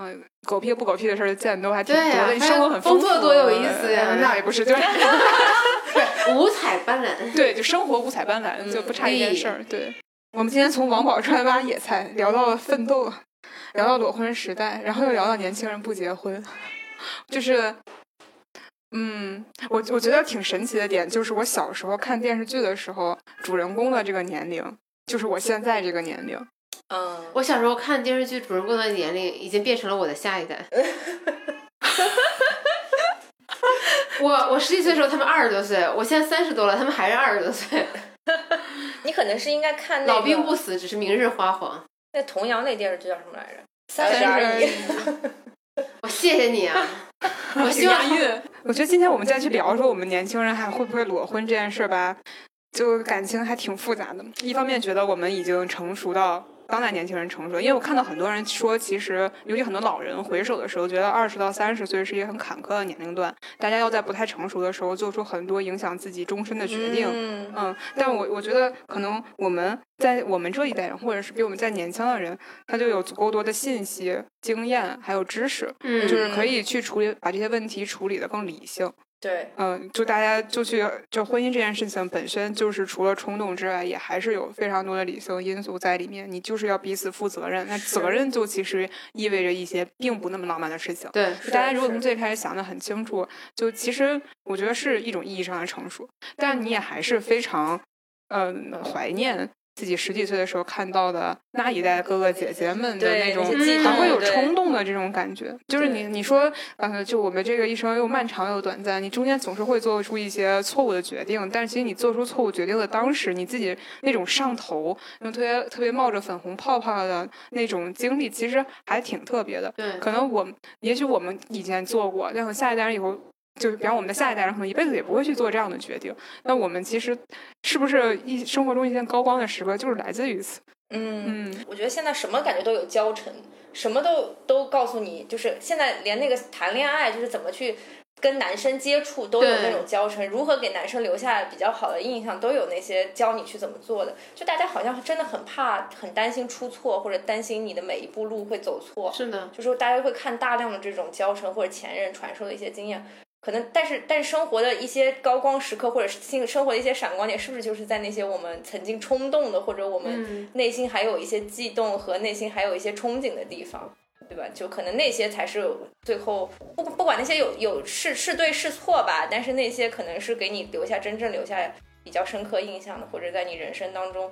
B: 嗯、狗屁不狗屁的事儿见的都还挺多
C: 对啊
B: 的，你生活很丰富。
C: 工作多有意思呀
B: 呃那也不是，就是
C: 五彩斑斓。
B: 对，就生活五彩斑斓，就不差一件事儿。对，我们今天从王宝钏挖野菜聊到了奋斗，聊到裸婚时代，然后又聊到年轻人不结婚，就是。嗯，我我觉得挺神奇的点就是，我小时候看电视剧的时候，主人公的这个年龄就是我现在这个年龄。
A: 嗯，
C: 我小时候看电视剧，主人公的年龄已经变成了我的下一 代。我我十几岁的时候，他们二十多岁，我现在三十多了，他们还是二十多岁。
A: 你可能是应该看那个
C: 老兵不死，只是明日花黄。
A: 那童谣那电视剧叫什么来着？三
B: 但
A: 十
B: 是
A: 而已。
C: 我谢谢你啊！我希望
B: 我觉得今天我们再去聊说我们年轻人还会不会裸婚这件事儿吧，就感情还挺复杂的。一方面觉得我们已经成熟到当代年轻人成熟，因为我看到很多人说，其实尤其很多老人回首的时候，觉得二十到三十岁是一个很坎坷的年龄段，大家要在不太成熟的时候做出很多影响自己终身的决定。
A: 嗯
B: 嗯，但我我觉得可能我们在我们这一代人，或者是比我们再年轻的人，他就有足够多的信息、经验还有知识，
C: 嗯，
B: 就是可以去处理把这些问题处理的更理性。
A: 对，
B: 嗯，就大家就去就婚姻这件事情本身就是除了冲动之外，也还是有非常多的理性因素在里面。你就是要彼此负责任，那责任就其实意味着一些并不那么浪漫的事情。
C: 对
B: 就大家如果
A: 是
B: 从最开始想的很清楚，就其实我觉得是一种意义上的成熟，但你也还是非常嗯、怀念自己十几岁的时候看到的那一代哥哥姐姐们的
A: 对
B: 那种
A: 那
C: 些悸
B: 还会
C: 动
B: 有
A: 对
B: 冲动的这种感觉。就
A: 对
B: 是你你说呃，就我们这个一生又漫长又短暂，你中间总是会做出一些错误的决定，但其实你做出错误决定的当时，你自己那种上头，那种特别特别冒着粉红泡泡的那种经历，其实还挺特别的。
C: 对，
B: 可能我们也许我们以前做过，但可能下一代人以后。就是，比方我们的下一代人可能一辈子也不会去做这样的决定。那我们其实是不是一生活中一些高光的时刻，就是来自于此？
A: 嗯。
B: 嗯，
A: 我觉得现在什么感觉都有教程，什么都都告诉你，就是现在连那个谈恋爱，就是怎么去跟男生接触都有
C: 对
A: 那种教程，如何给男生留下比较好的印象，都有那些教你去怎么做的。就大家好像真的很怕，很担心出错，或者担心你的每一步路会走错。
C: 是的，
A: 就是大家会看大量的这种教程或者前人传授的一些经验，可能但是但是生活的一些高光时刻，或者是性生活的一些闪光点，是不是就是在那些我们曾经冲动的，或者我
C: 嗯
A: 们内心还有一些悸动和内心还有一些憧憬的地方？对吧？就可能那些才是最后不不管那些有有是是对是错吧，但是那些可能是给你留下真正留下比较深刻印象的，或者在你人生当中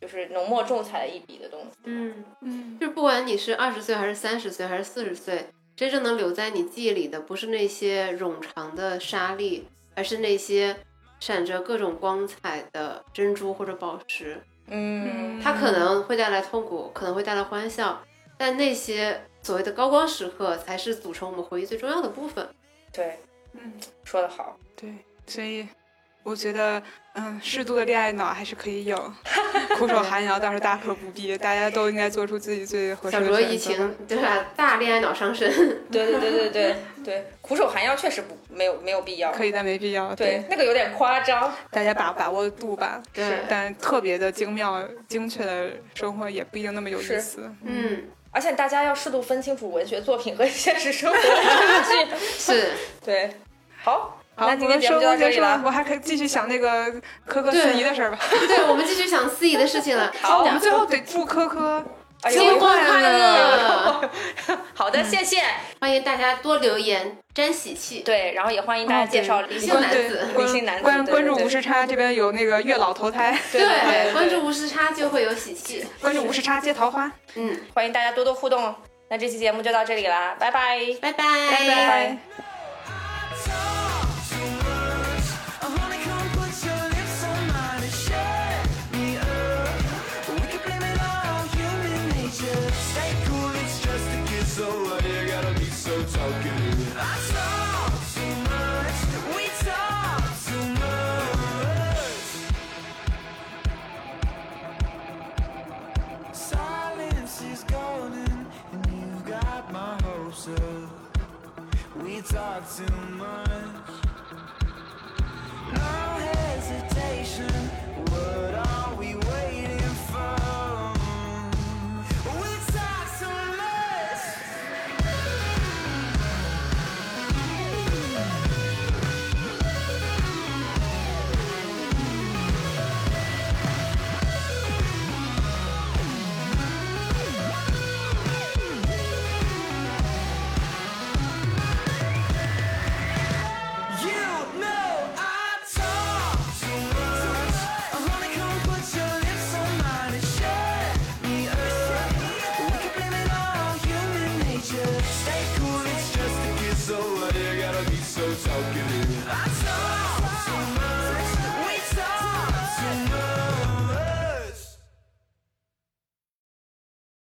A: 就是浓墨重彩的一笔的东西。
C: 嗯，
B: 嗯，
C: 就是不管你是二十岁还是三十岁还是四十岁，真正能留在你记忆里的，不是那些冗长的沙粒，而是那些闪着各种光彩的珍珠或者宝石。
A: 嗯，
C: 它可能会带来痛苦，可能会带来欢笑，但那些所谓的高光时刻，才是组成我们回忆最重要的部分。
A: 对，
B: 嗯，
A: 说得好。
B: 对，所以我觉得，嗯，适度的恋爱脑还是可以有，苦守寒窑倒是大可不必，大家都应该做出自己最合适
C: 小
B: 的
C: 酌怡
B: 选择吧。
C: 情，对吧？大恋爱脑 伤身。
A: 对对对对对对，苦守寒窑确实不没有没有必要。
B: 可以，但没必要。
A: 对，那个有点夸张。
B: 大家把把握度吧。
C: 对，
B: 但特别的精妙、精确的生活也不一定那么有意
A: 是
B: 思。
C: 嗯，
A: 而且大家要适度分清楚文学作品和现实生活的差距。
C: 是。
A: 对，好，那
B: 好，我
A: 今天
B: 们
A: 节目
B: 收
A: 就到
B: 工
A: 这
B: 结
A: 里
B: 束了，
A: 了。
B: 我还可以继续想那个科科司仪的事儿吧。
C: 对，我们继续想司仪的事情了。
A: 好
B: 我们最后得祝科科
A: 哎呦
C: 新婚快
B: 乐
C: 乐！
A: 好的，谢谢。
C: 欢迎大家多留言，沾喜气。
A: 对，然后也欢迎大家介绍理性
C: 关
A: 男
C: 男
B: 哦对
C: 子
B: 关
A: 理性男子
B: 关
A: 对
B: 关注
A: 对对
B: 无时差这边有那个月老投胎，
A: 对对对对
C: 关注无时差就会有喜气。
B: 关注无时差接桃花，
C: 嗯，
A: 欢迎大家多多互动。那这期节目就到这里啦，拜拜。
C: 拜拜，
A: 拜拜。
F: So what you gotta be so talkative? I talk too much, we talk too much. Silence is golden, and you've got my hopes up. We talk too much. No hesitation. What are we waiting for? We talk so much. You know I talk too much. Honey, come put your lips on mine and shut me up. We can blame it on human nature. Stay cool, it's just a kiss. So why you gotta be so talkative?